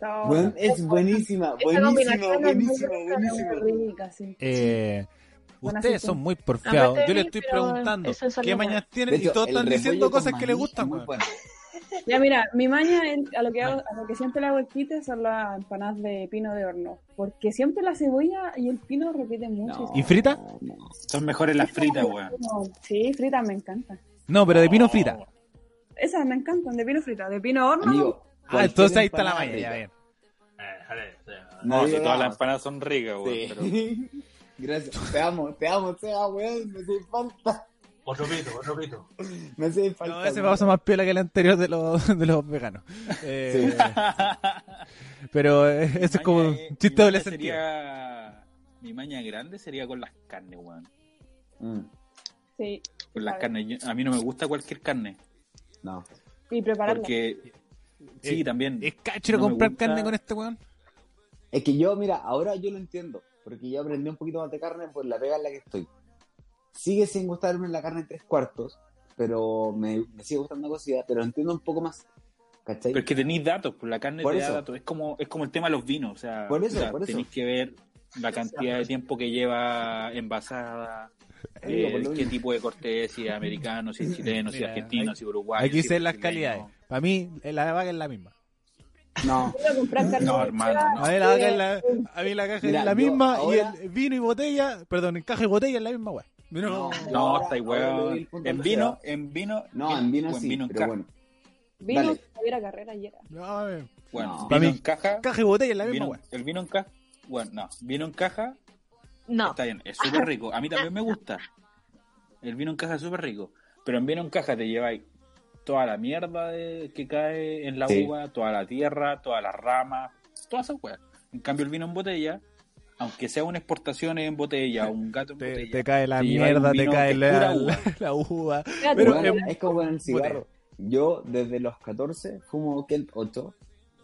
No,
Weón, es buenísima,
Esa
buenísima,
es
combinación
muy
buenísima,
rica,
buenísima.
es muy rica, sí.
Eh,
Buena
ustedes
sesión.
son muy porfeados.
Aparte
Yo
de
les
mí,
estoy
pero
preguntando
eso es algo
qué
bueno.
mañas tienen
De
y
hecho,
todos
el
están
repollo
diciendo
con
cosas que
maní
les
es
gustan.
muy
weón.
bueno.
Ya mira, mi maña en- a lo que hago, a lo que siempre le hago el quite son las empanadas de pino de horno, porque siempre la cebolla y el pino repiten mucho.
No,
¿Y frita?
no.
Son mejores las fritas, weón.
No, sí, frita me encanta.
No, pero de pino frita.
Esas me encantan, de pino frita, de pino horno.
Amigo.
Ah, entonces ahí está la
cualquier
maña, ya
empanada
bien.
eh, jale, o sea,
No,
No, si
digamos.
todas las empanadas son ricas,
Sí.
weón. pero-
Gracias. Te amo, te amo, te amo, weón. Me hace falta.
Otro pito, otro pito.
Me hace falta.
No, ese
weón.
paso más piola que el anterior de los, de los veganos. Eh, Pero eh, ese es como
Maña, eh,
un chiste
mi
doble
maña
sentido.
sería- Mi maña grande sería con las carnes, weón.
Mm,
Sí,
Con las
Vale.
carnes. Yo- a mí no me gusta cualquier carne.
no.
y prepararla.
Porque. Sí,
Eh,
también.
¿Es cachero
No me
comprar
gusta.
carne con este weón?
Es que yo, mira, ahora yo lo entiendo. Porque yo aprendí un poquito más de carne por la pega en la que estoy. Sigue sin gustarme la carne en tres cuartos. Pero me, me sigue gustando cocida. Pero entiendo un poco más. ¿Cachai?
Pero es que tenéis datos, pues la carne
Por
te
eso.
da datos. Es como, es como el tema de los vinos, o sea,
Por eso,
o sea,
por eso.
tenéis que ver la cantidad de tiempo que lleva envasada,
Digo,
eh,
por lo
qué
mismo.
tipo de corte es, si es americano, si es chileno, si es
Mira,
argentino,
aquí-
si es uruguayo.
Aquí
si
se
es
las
brasileño.
calidades. Para mí, eh, la vaca es la misma.
No.
Voy a comprar carne
No,
mechada, eh,
hermano, no.
A mí la, caja es la- a mí la caja
Mira,
es la
yo
misma
ahora-
y el vino y botella, perdón, en caja y botella es la misma weá. No.
No,
ahora- ahora le
está
doy
igual.
el punto a
En
la
vino,
Seba.
en vino.
No, en vino
o
sí,
en
pero
caja.
bueno.
Vino
Dale.
si hubiera carrera ayer.
No, a ver.
Bueno,
No.
vino
mí-
en caja.
Caja y botella es la misma
vino-
weá.
el vino en caja. Bueno, no. Vino en caja
No.
está bien. Es súper rico. A mí también me gusta. El vino en caja es súper rico. Pero en vino en caja te lleváis toda la mierda de- que cae en la
Sí.
uva, toda la tierra, todas las ramas, todas esas weas. En cambio, el vino en botella, aunque sea una exportación en botella, un gato en
Te,
botella.
te cae la
te lleva
mierda,
un
te
vino
cae
que es
la,
pura
la,
uva.
la uva.
Espérate,
Pero,
espérate.
Bueno,
em,
es como con el cigarro. Yo desde los 14 fumo Kent 8,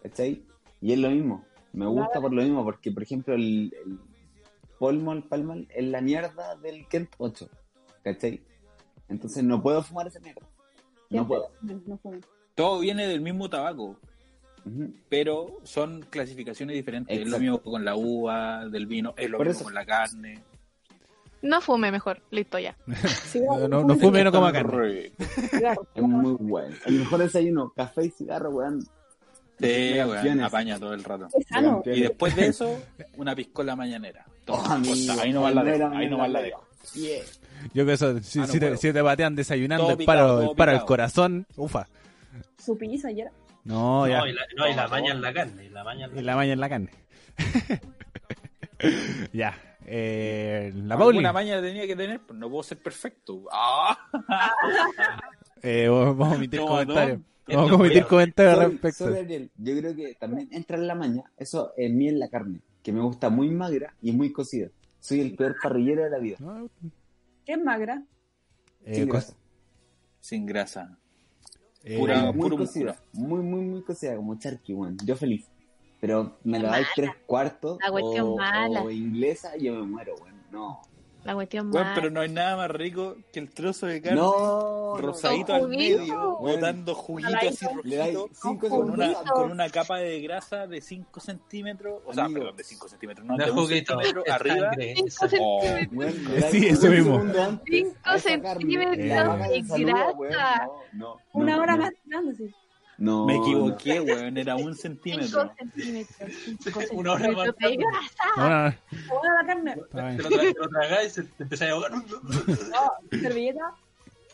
¿cachai? Y es lo mismo. Me gusta por lo mismo, porque por ejemplo el, el Polmol Palmal es la mierda del Kent 8, ¿cachai? Entonces no puedo fumar esa mierda. No
Siempre.
puedo.
No fumo.
Todo viene del mismo tabaco,
Ujú.
pero son clasificaciones diferentes. Es lo
Exacto.
mismo con la uva, del vino, es lo
Por
mismo
eso.
con la carne.
No fume mejor. Listo ya.
no,
Cigarro,
no, no fume, no coma carne.
Re-
cigarro.
Es muy bueno. El mejor desayuno, café y cigarro, weón.
Sí,
De
weón,
campeones.
apaña todo el rato.
Es
De
sano.
campeones.
Y después de eso, una piscola mañanera. Toma,
Oh, amigo,
ahí nomás la dejo,
palmera,
ahí nomás la
palmera.
dejo.
Yeah.
Yo que eso, si,
Ah, no
si te,
puedo.
si te batean desayunando,
Todo
el paro,
picado, todo
el paro el
picado.
corazón, ufa.
Su pizza ayer.
No, ya.
No, y la, no, y la maña en la carne. y La maña en
Y
la
la maña en la carne. ya. Eh, la Pauli.
Alguna maña tenía que tener, pues no puedo ser perfecto. ¡Ah!
Eh, vamos a omitir
No,
comentarios.
no.
Vamos a omitir
Esto es
comentarios al
Sorry,
respecto.
sorry, Ariel. Yo creo que también entra en la maña, eso en mí en la carne, que me gusta muy magra y muy cocida. Soy el peor parrillero de la vida.
No,
Que es magra.
eh,
sin
cos-
grasa.
Sin grasa.
eh,
Pura-
muy
puro
cocida, muy, muy, muy cocida, como charqui, weón. Yo feliz. Pero me la dais tres cuartos
La cuestión
o,
mala.
o inglesa y yo me muero, weón. No.
La cuestión
Bueno,
más.
pero no hay nada más rico que el trozo de carne.
No, no.
rosadito
Con
al
juguito.
medio,
Bueno.
botando juguito
Ahí
así
Le dais
rojito,
cinco
con una,
segundos.
con una capa de grasa de 5 centímetros, o sea,
Amigo.
perdón, de 5 centímetros, no,
carne.
de
No
1
juguito.
centímetro
es
arriba.
sangre, es
Cinco
sangre.
Oh,
Weón, le
Sí,
dais
eso
un
mismo.
segundo antes
Cinco
a esa carne, la
Eh,
centímetros
vaca
de
se saluda,
grasa.
weón. No, no,
Una
no,
hora
no.
más grande, sí.
No,
me
no.
equivoqué, weón, era un
Cinco
centímetro.
centímetros. Cinco
Una hora más
centímetros de grasa.
no, no, no,
Ahora la carne.
está bien.
Te lo, tra- te lo tragas y se- te empezás a ahogar.
No, servilleta.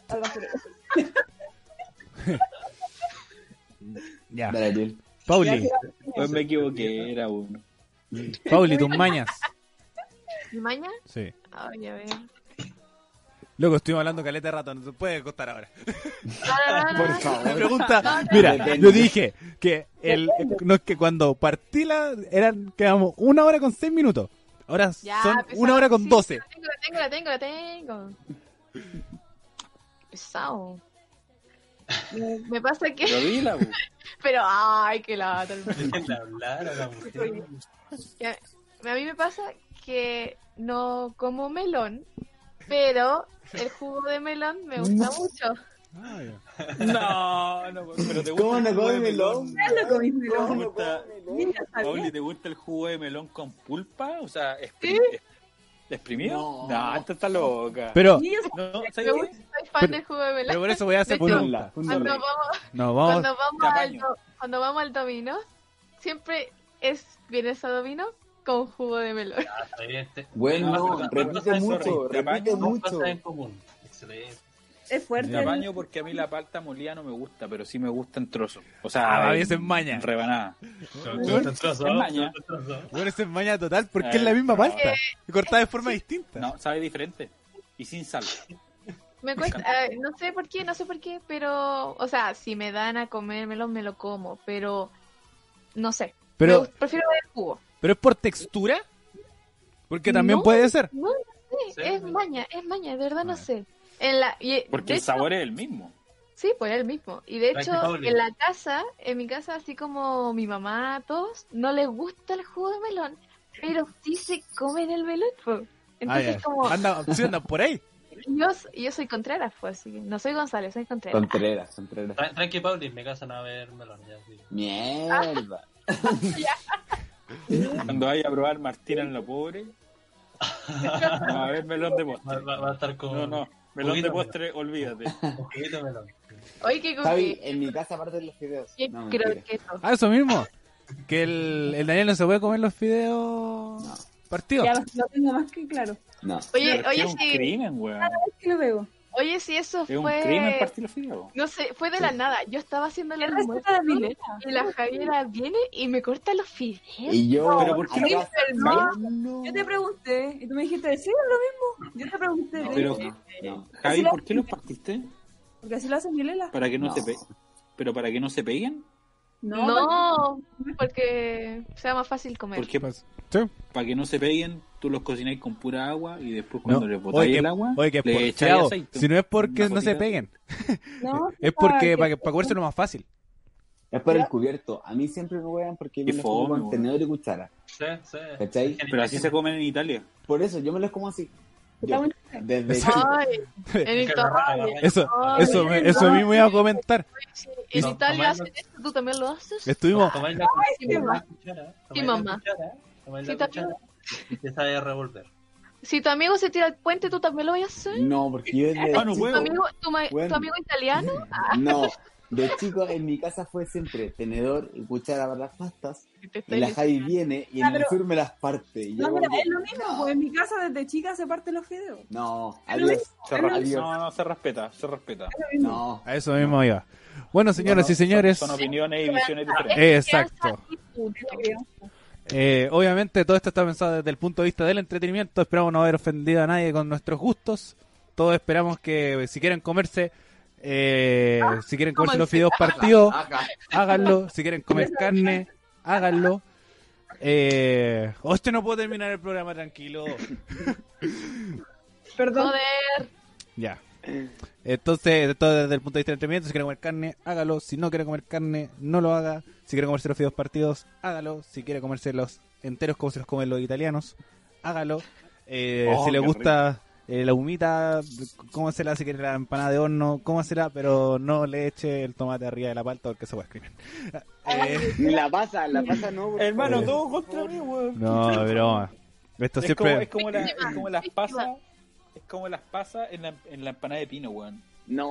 Al basurero.
Ya.
Dale, Ariel.
Pauli,
Weón, me equivoqué, era uno.
Pauli, tus mañas.
¿Mi maña?
Sí.
Ay, a ver.
Loco, estuvimos hablando caleta de rato, no te puede costar ahora.
No, no, no,
Por
no.
La
favor.
pregunta, mira,
Depende.
yo dije que el no es que cuando partí la eran quedamos una hora con seis minutos. Ahora
Ya,
son
pesado.
una hora con
Sí,
doce.
La tengo, la tengo, la tengo, la tengo. Pesado. Me, me pasa que.
Pero dila, weón.
Pero, ay, que la.
Dejen de hablar a la mujer.
A mí me pasa que no como melón, pero el jugo de melón me gusta mucho. Ah,
No, no, weón, pero te gusta.
¿Cómo
el
no
jugo de
come melón?
Ya lo comiste,
¿Te
lo-
gusta-
Mira, está
Pauli,
bien.
¿te gusta el jugo de melón con pulpa? O sea, exprim- exprimido.
No.
No, esta está loca.
Pero,
Niños,
no,
Me
¿sabes qué?
gusta, soy fan
Pero-
del jugo de melón.
pero por eso voy a
De
hacer
hecho,
por un Oh,
Fúndola,
cuando
fúndola.
vamos,
No, vamos.
cuando vamos,
Te
al,
apaño.
do- cuando vamos al domino, siempre es viene ese domino con jugo de melón.
Ah, está bien, te-
Bueno,
Dos cosas-
repite
dos cosas en
mucho,
común.
repite
Dos cosas
mucho.
en común. Excelente.
es fuerte.
Te apaño porque a mí la palta molida no me gusta, pero sí me gusta en trozos. O sea,
Ah,
en-
esa es maña.
en Rebanada.
Trozo,
es maña.
trozo.
Bueno, esa es maña total porque
Eh,
es la misma
pero-
pasta. Cortada de forma distinta.
No, sabe diferente. Y sin sal.
Me cuesta, eh, no sé por qué, no sé por qué, pero, o sea, si me dan a comérmelo, me lo como, pero no sé. Me
Pero,
gust- prefiero el jugo.
pero es por textura. Porque también
No.
puede ser.
No, no sé,
Sí.
es maña, es maña, de verdad no
Ah.
sé. En la, y,
Porque
de
el
hecho-
sabor es el mismo.
Sí, pues el mismo. Y de hecho,
Practicable.
en la casa, en mi casa, así como mi mamá, todos, no les gusta el jugo de melón, pero sí se comen el melón. po. Entonces,
Ah, ya.
como
Anda, sí, anda por ahí.
yo, yo soy Contreras, pues, así que no soy González, soy Contreras.
Contreras, Contreras.
Ah,
Tran- Tranqui, Pauli, en mi casa no va a haber melón. Ya, sí.
Mierda.
Cuando vaya a probar Martina en lo pobre, no va a haber melón de
va,
postre.
va- va a estar con
No, no, melón
Juguito
de
de
postre, olvídate.
un juguito de melón.
Oye, qué,
Javi,
qué,
en mi casa aparte de los videos.
qué
No, mentira.
croqueto.
Ah, eso mismo. Que el, el Daniel no se puede comer los fideos partidos.
Ya lo, lo tengo más que claro.
No.
Oye,
Pero es que
oye,
es un
si,
crimen, weón.
Es que lo veo.
oye, si eso
Es un crimen
fue.
partir los fideos.
No sé, fue de la nada. Yo estaba haciendo el
Es
almuerzo
receta de mi nena.
y la Javiera viene y me corta los fideos.
Y yo.
Pero ¿por qué
acá-
Yo enfermé.
No.
Yo te pregunté y tú me dijiste, sí, es lo mismo. Yo te pregunté, ¿eh?
No,
¿sí?
pero,
No.
Javi, ¿por qué los partiste?
porque así lo hace Milela.
Para que no,
No.
se peguen. ¿Pero para que no se peguen?
No, porque sea más fácil comer.
Porque
Pues, sí.
para que no se peguen, tú los cocináis con pura agua y después
No.
cuando les botáis
Oye,
el
que-
agua,
oye, que
le echáis
porfiado.
aceite.
Si no es porque
Una
no se
gotita.
peguen.
No,
Es porque
que-
para, que, para comérselo más fácil.
Es por el cubierto. A mí siempre me huevan porque
Qué
me los como
fome,
con
weón.
tenedor y cuchara.
Sí, sí.
¿Cachai?
Pero así se comen en Italia.
Por eso yo me los como así. Yo,
Está muy-
desde
¿Ah?
Ay, en
Es que agarra-
Italia.
agarra-
Eso,
Ay,
eso,
no.
me- eso a mí me iba a comentar.
sí, En
No,
Italia
tomando-
hacen esto, tú también lo haces.
Estuvimos.
Tomáis la cu-
Sí,
tomáis
mamá.
la cuchara,
Sí,
tomáis
mamá.
la cuchara, tomáis
Sí,
la
también.
cuchara y empezáis a revolver.
Si tu amigo se tira al puente, tú también lo vas a hacer.
No, porque yo desde
Ah, no,
chico-
Tu
huevo.
amigo, tu, ma-
Bueno.
tu amigo italiano,
ah.
No, de chico en mi casa fue siempre tenedor y cuchara para las pastas.
te
Y
estoy
la Javi viene y en
Ah,
el
pero-
sur me las parte. Y yo
No, mira,
como que,
es lo mismo, pues en mi casa desde chica se parten los fideos.
No,
Es lo
adiós,
Se
Pero-
res-
adiós.
No, no, se respeta, se respeta.
No,
A eso mismo iba. Bueno, señoras
No, no,
y señores.
Son, son opiniones y visiones diferentes.
Eh, Exacto.
y punto.
Eh, obviamente todo esto está pensado desde el punto de vista del entretenimiento. Esperamos no haber ofendido a nadie con nuestros gustos. Todos esperamos que si quieren comerse, eh, si quieren comerse los fideos partidos, háganlo. Si quieren comer carne, háganlo. Eh, hostia, no puedo terminar el programa tranquilo.
Perdón.
Joder.
Ya. Entonces, todo desde el punto de vista del entretenimiento, si quiere comer carne, hágalo. Si no quiere comer carne, no lo haga. Si quiere comerse los fideos partidos, hágalo. Si quiere comerse los enteros como se los comen los italianos, hágalo. Eh,
Oh,
si le
qué
gusta eh, la humita, cómasela. Si quiere la empanada de horno, cómasela. Pero no le eche el tomate arriba de la palta porque se puede escribir. Eh,
ni la pasa, la pasa no. por
Hermano,
favor.
todo contra mí, weón.
no, broma. Esto
Es como,
siempre...
es como la- es como las pasas. Es como las pasas en la, en la empanada de pino, weón.
No,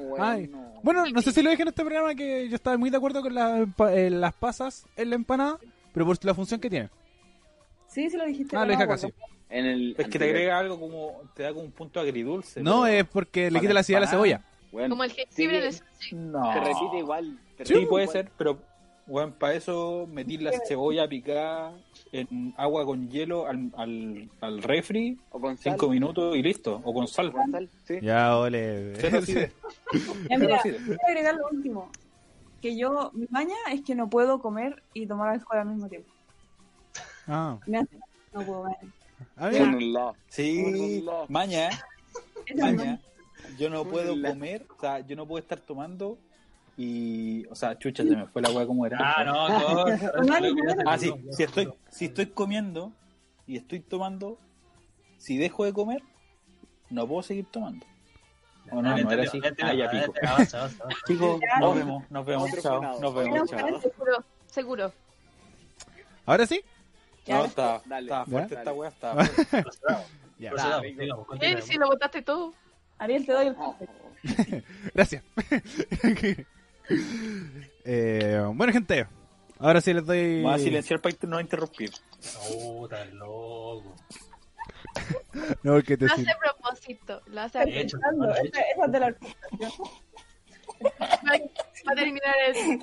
weón,
Ay.
no.
Bueno, no sé si lo dije en este programa que yo estaba muy de acuerdo con la empa- eh, las pasas en la empanada, pero por la función que tiene.
Sí, sí lo dijiste.
Ah, lo
pero
dije
no me
acá, sí.
acuerdo.
En el
Es que te agrega algo como. Te da como un punto agridulce.
No,
pero-
es porque le
para
quita la silla a la
empanada.
cebolla.
Bueno,
Como el jengibre
Sí.
de salsa.
No.
se repite igual. se
Sí,
repite
puede
igual.
ser, pero bueno, para eso metir la cebolla picada en agua con hielo al, al, al refri,
O con sal.
cinco minutos y listo, o con sal.
Con sal, sí.
Ya, ole.
Cero acidez.
Ya, mira,
Cero acidez.
voy a agregar lo último. Que yo, mi maña es que no puedo comer y tomar alcohol al mismo tiempo.
Ah,
Me hace- No puedo comer.
Ah,
Con
mira.
un la-
Sí,
Hola.
maña,
Esa es
maña. Yo no puedo
Hola.
comer, o sea, yo no puedo estar tomando y, o sea, chucha, se me fue la hueá como era.
Ah, no, no.
Ah, sí, si estoy, si estoy comiendo y estoy tomando, si dejo de comer, no puedo seguir tomando. O no, no era así. Ah, ya pico. Chicos, nos vemos, nos vemos,
Otro
chao,
funado.
nos
Era
vemos,
un
chao.
Seguro, seguro.
Ahora sí.
No, está, está
Ya.
fuerte esta weá, está fuerte.
Ya.
Eh, si lo botaste todo.
Ariel, te doy el café.
Gracias. Eh, bueno, gente. Ahora sí les doy.
Vamos a silenciar para no interrumpir.
Puta, loco.
No, porque te
Lo hace
sin-
a propósito. Lo hace a
Está
De hecho,
pensando,
bueno, de
esa- esa es de la
Va a terminar el.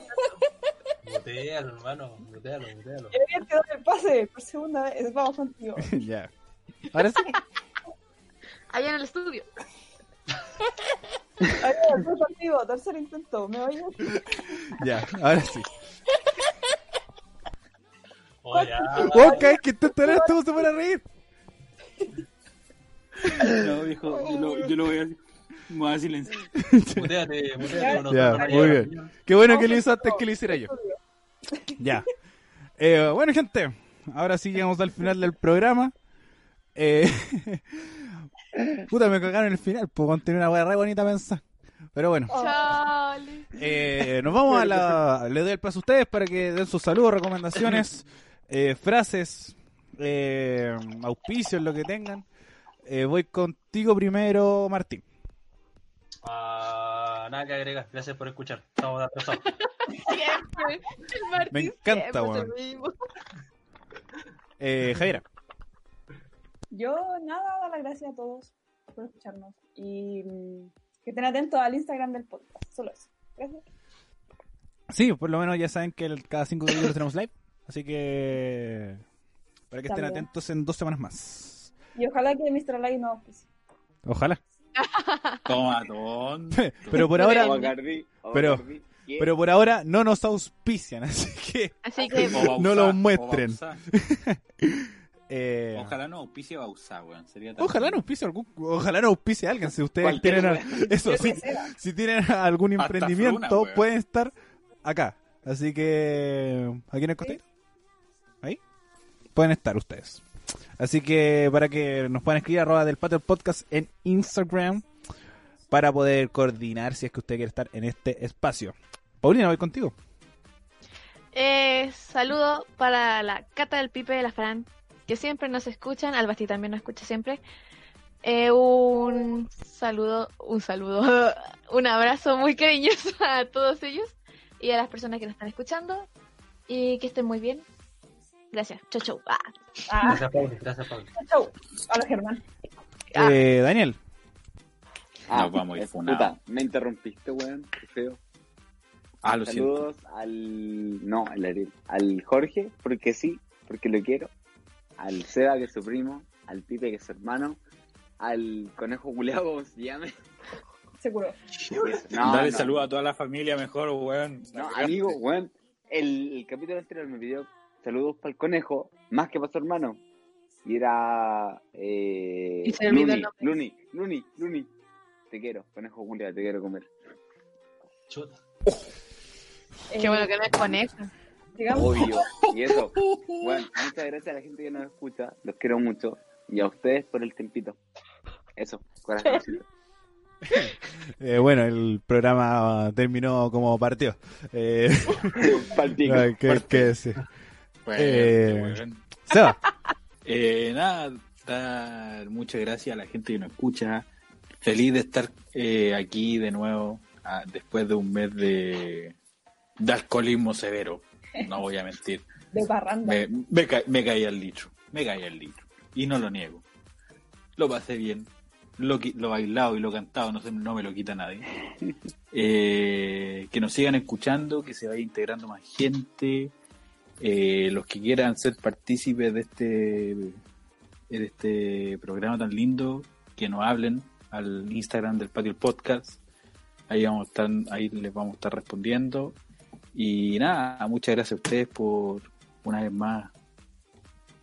Mutealo, hermano. Mutealo, mutealo.
Eh,
Ariel, te doy el pase por segunda vez. Vamos contigo.
ya. Ahora sí.
Allá en el estudio.
Ariel, voy contigo. Tercer intento. ¿Me oyes?
Ya. Ahora sí.
Oh, ya.
Oh, cada vez que intento hablar, todos se van a reír.
No, dijo, yo lo, yo lo voy a, me voy a silenciar.
Muteate, muteate. con
Ya,
nosotros,
muy
María.
bien. Qué bueno que lo hizo antes que lo hiciera yo. Ya. Eh, bueno, gente, ahora sí llegamos al final del programa. Eh, puta, me cagaron el final, pues bueno, tenía una hueá re bonita pensar. Pero bueno,
Oh. Chale.
eh, nos vamos a la. Le doy el paso a ustedes para que den sus saludos, recomendaciones, eh, frases, eh, auspicios, lo que tengan. Eh, voy contigo primero, Martín.
Ah, Nada, nada que agregar. Gracias por escuchar. Estamos atrasados.
Siempre. El Martín
Me encanta,
siempre
weón.
es lo mismo.
Eh, Javiera,
Yo nada, dar las gracias a todos por escucharnos y mm, que estén atentos al Instagram del podcast. Solo eso. Gracias.
sí, por lo menos ya saben que el- cada cinco días tenemos live, así que para que estén
También.
atentos en dos semanas más.
Y ojalá que Mr. Light no pues,
Ojalá.
Toma, tonto.
Pero por ahora,
Bacardí, o
pero-
Bacardí. ¿Qué?
pero por ahora no nos auspician, así que
Así que
O Bausá,
No lo
o
muestren.
Bausá.
eh,
Ojalá no auspicie Bausá, weón. Sería tan-
Ojalá no auspicie algún, ojalá no auspicie a alguien. Si ustedes
Cualquier
tienen al- eso, sí, si tienen algún
Hasta
emprendimiento,
Fruna, weón.
pueden estar acá. Así que aquí en el costado, ahí pueden estar ustedes. Así que para que nos puedan escribir arroba del patio podcast en Instagram para poder coordinar si es que usted quiere estar en este espacio. Paulina, voy contigo.
eh, saludo para la Cata del Pipe de la Fran, que siempre nos escuchan. Albasti también nos escucha siempre. Eh, un saludo, un saludo, un abrazo muy cariñoso a todos ellos y a las personas que nos están escuchando. Y que estén muy bien. Gracias. Chau, chau. Ah,
a,
Gracias, Pauli. Gracias, Pauli.
chau, a los Germán.
ah.
Eh, Daniel,
Nos vamos a ir
es-
funado.
Ah, puta, me interrumpiste, weón. Qué feo.
Ah, lo siento.
Saludos al. No, al Ariel. Al Jorge, porque sí, porque lo quiero. Al Seba, que es su primo. Al Pipe, que es su hermano. Al conejo culeado, como se llame.
Seguro.
No,
Dale
no.
saludos a toda la familia mejor, weón.
Eh,
No, amigo, weón. El, el capítulo anterior me pidió saludos para el conejo, más que para su hermano. Y era. Eh,
Y se le olvidó el
Luni,
nombre.
Luni, Luni, Luni. Te quiero, conejo culeado, te quiero comer.
Chuta.
Qué bueno que no es conejo.
Eh, Digamos,
Obvio. Y eso. Bueno, muchas gracias a la gente que nos escucha. Los quiero mucho. Y a ustedes por el tempito. Eso, corazoncito.
eh, bueno, el programa terminó como partió. Eh,
Palpico.
ay, ¿qué- qué decir?
Pues,
Eh,
weón.
Seba.
Eh, nada, dar muchas gracias a la gente que nos escucha. Feliz de estar eh, aquí de nuevo ah, después de un mes de, de alcoholismo severo. No voy a mentir.
de parranda.
Me, me ca- me caí al litro. Me caí al litro. Y no lo niego. Lo pasé bien. Lo, qui- lo bailado y lo cantado no, se- no me lo quita nadie. Eh, que nos sigan escuchando, que se vaya integrando más gente. Eh, los que quieran ser partícipes de este, de este programa tan lindo, que nos hablen al Instagram del Patio El Podcast. Ahí, vamos a estar, ahí les vamos a estar respondiendo. Y nada, muchas gracias a ustedes por una vez más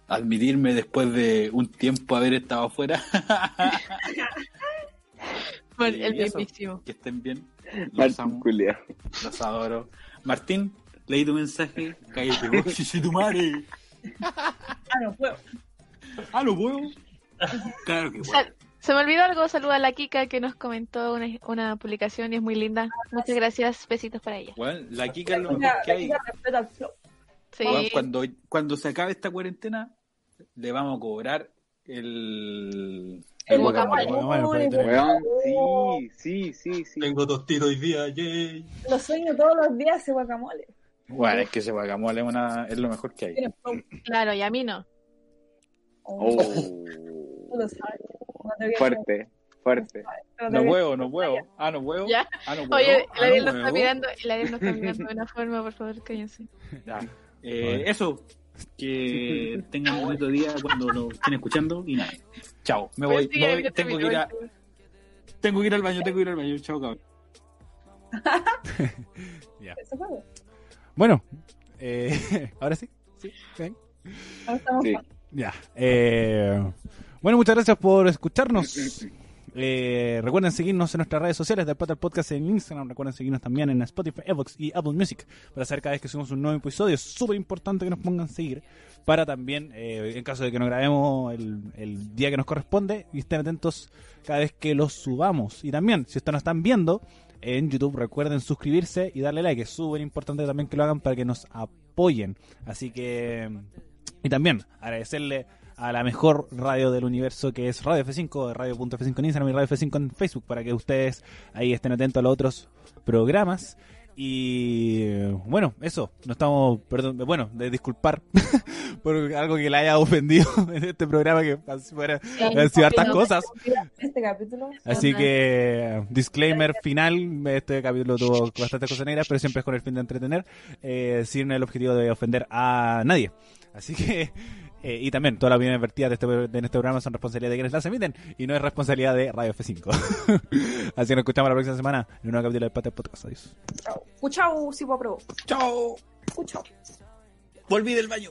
admitirme después de un tiempo haber estado afuera.
Bueno,
Y
el
eso.
mismísimo.
que estén bien. Los
Martín
amo,
culeado.
los adoro. Martín, leí tu mensaje. Cállate, vos, si tu madre.
Ah, no puedo.
Ah, lo puedo. Claro que puedo.
Sal- Se me olvidó algo, saluda a la Kika que nos comentó una, una publicación y es muy linda. Muchas gracias, besitos para ella.
Bueno, la Kika es lo mejor
Mira,
que hay.
mira, respeta el flow.
Sí,
Weón, cuando, cuando se acabe esta cuarentena, le vamos a cobrar el.
El
guacamole. Bueno, por ahí tenés.
weón.
Weón, sí, sí, sí, sí.
Tengo dos tiros hoy día, yay.
Lo sueño todos los días ese guacamole.
Bueno, es que ese guacamole es, una- es lo mejor que hay.
Tiene flow.
claro, y a mí no.
Oh, tú
Oh.
lo sabes. No te voy a-
Fuerte, fuerte.
no te
No
voy a-
huevo, no huevo. Ah, no huevo.
Ya.
Ah, no huevo.
Oye,
Ah,
el Ariel
no
nos está
huevo.
mirando, el Ariel nos está mirando de una forma, por favor, cállense.
Ya. Eh, Bueno. eso. Que tengan un bonito día cuando lo estén escuchando y nada. Chao. Me voy.
Pero Pues
me
sí, ya
voy. Tengo, que
terminó
ir a-
esto.
tengo que ir al baño. Tengo que ir al baño. Chao, cabrón.
Eso fue.
Bueno, eh, ahora sí. Sí, sí.
Ahora estamos
Sí.
Ya. eh, bueno, muchas gracias por escucharnos. Eh, recuerden seguirnos en nuestras redes sociales del Patal Podcast en Instagram. Recuerden seguirnos también en Spotify, Evox y Apple Music para saber cada vez que subimos un nuevo episodio. Es súper importante que nos pongan seguir para también, eh, en caso de que no grabemos el, el día que nos corresponde, y estén atentos cada vez que los subamos. Y también, si ustedes nos están viendo en YouTube, recuerden suscribirse y darle like. Es súper importante también que lo hagan para que nos apoyen. Así que... Y también agradecerle a la mejor radio del universo que es Radio F5, Radio.f5 en Instagram y Radio F5 en Facebook, para que ustedes ahí estén atentos a los otros programas. Y eh, bueno, eso, no estamos, perdón, bueno, de disculpar por algo que la haya ofendido en este programa que así fuera han sido hartas cosas.
Este capítulo.
Así
Ajá.
que, disclaimer final, este capítulo tuvo bastantes cosas negras, pero siempre es con el fin de entretener, eh, sin el objetivo de ofender a nadie. Así que, eh, y también, todas las opiniones vertidas de este, de este programa son responsabilidad de quienes las emiten y no es responsabilidad de Radio F5. Así que nos escuchamos la próxima semana en un nuevo capítulo de Pate Podcast. Adiós.
Chao. Cuchao, si puedo aprobar.
¡Chao!
Cuchao.
Volví del baño.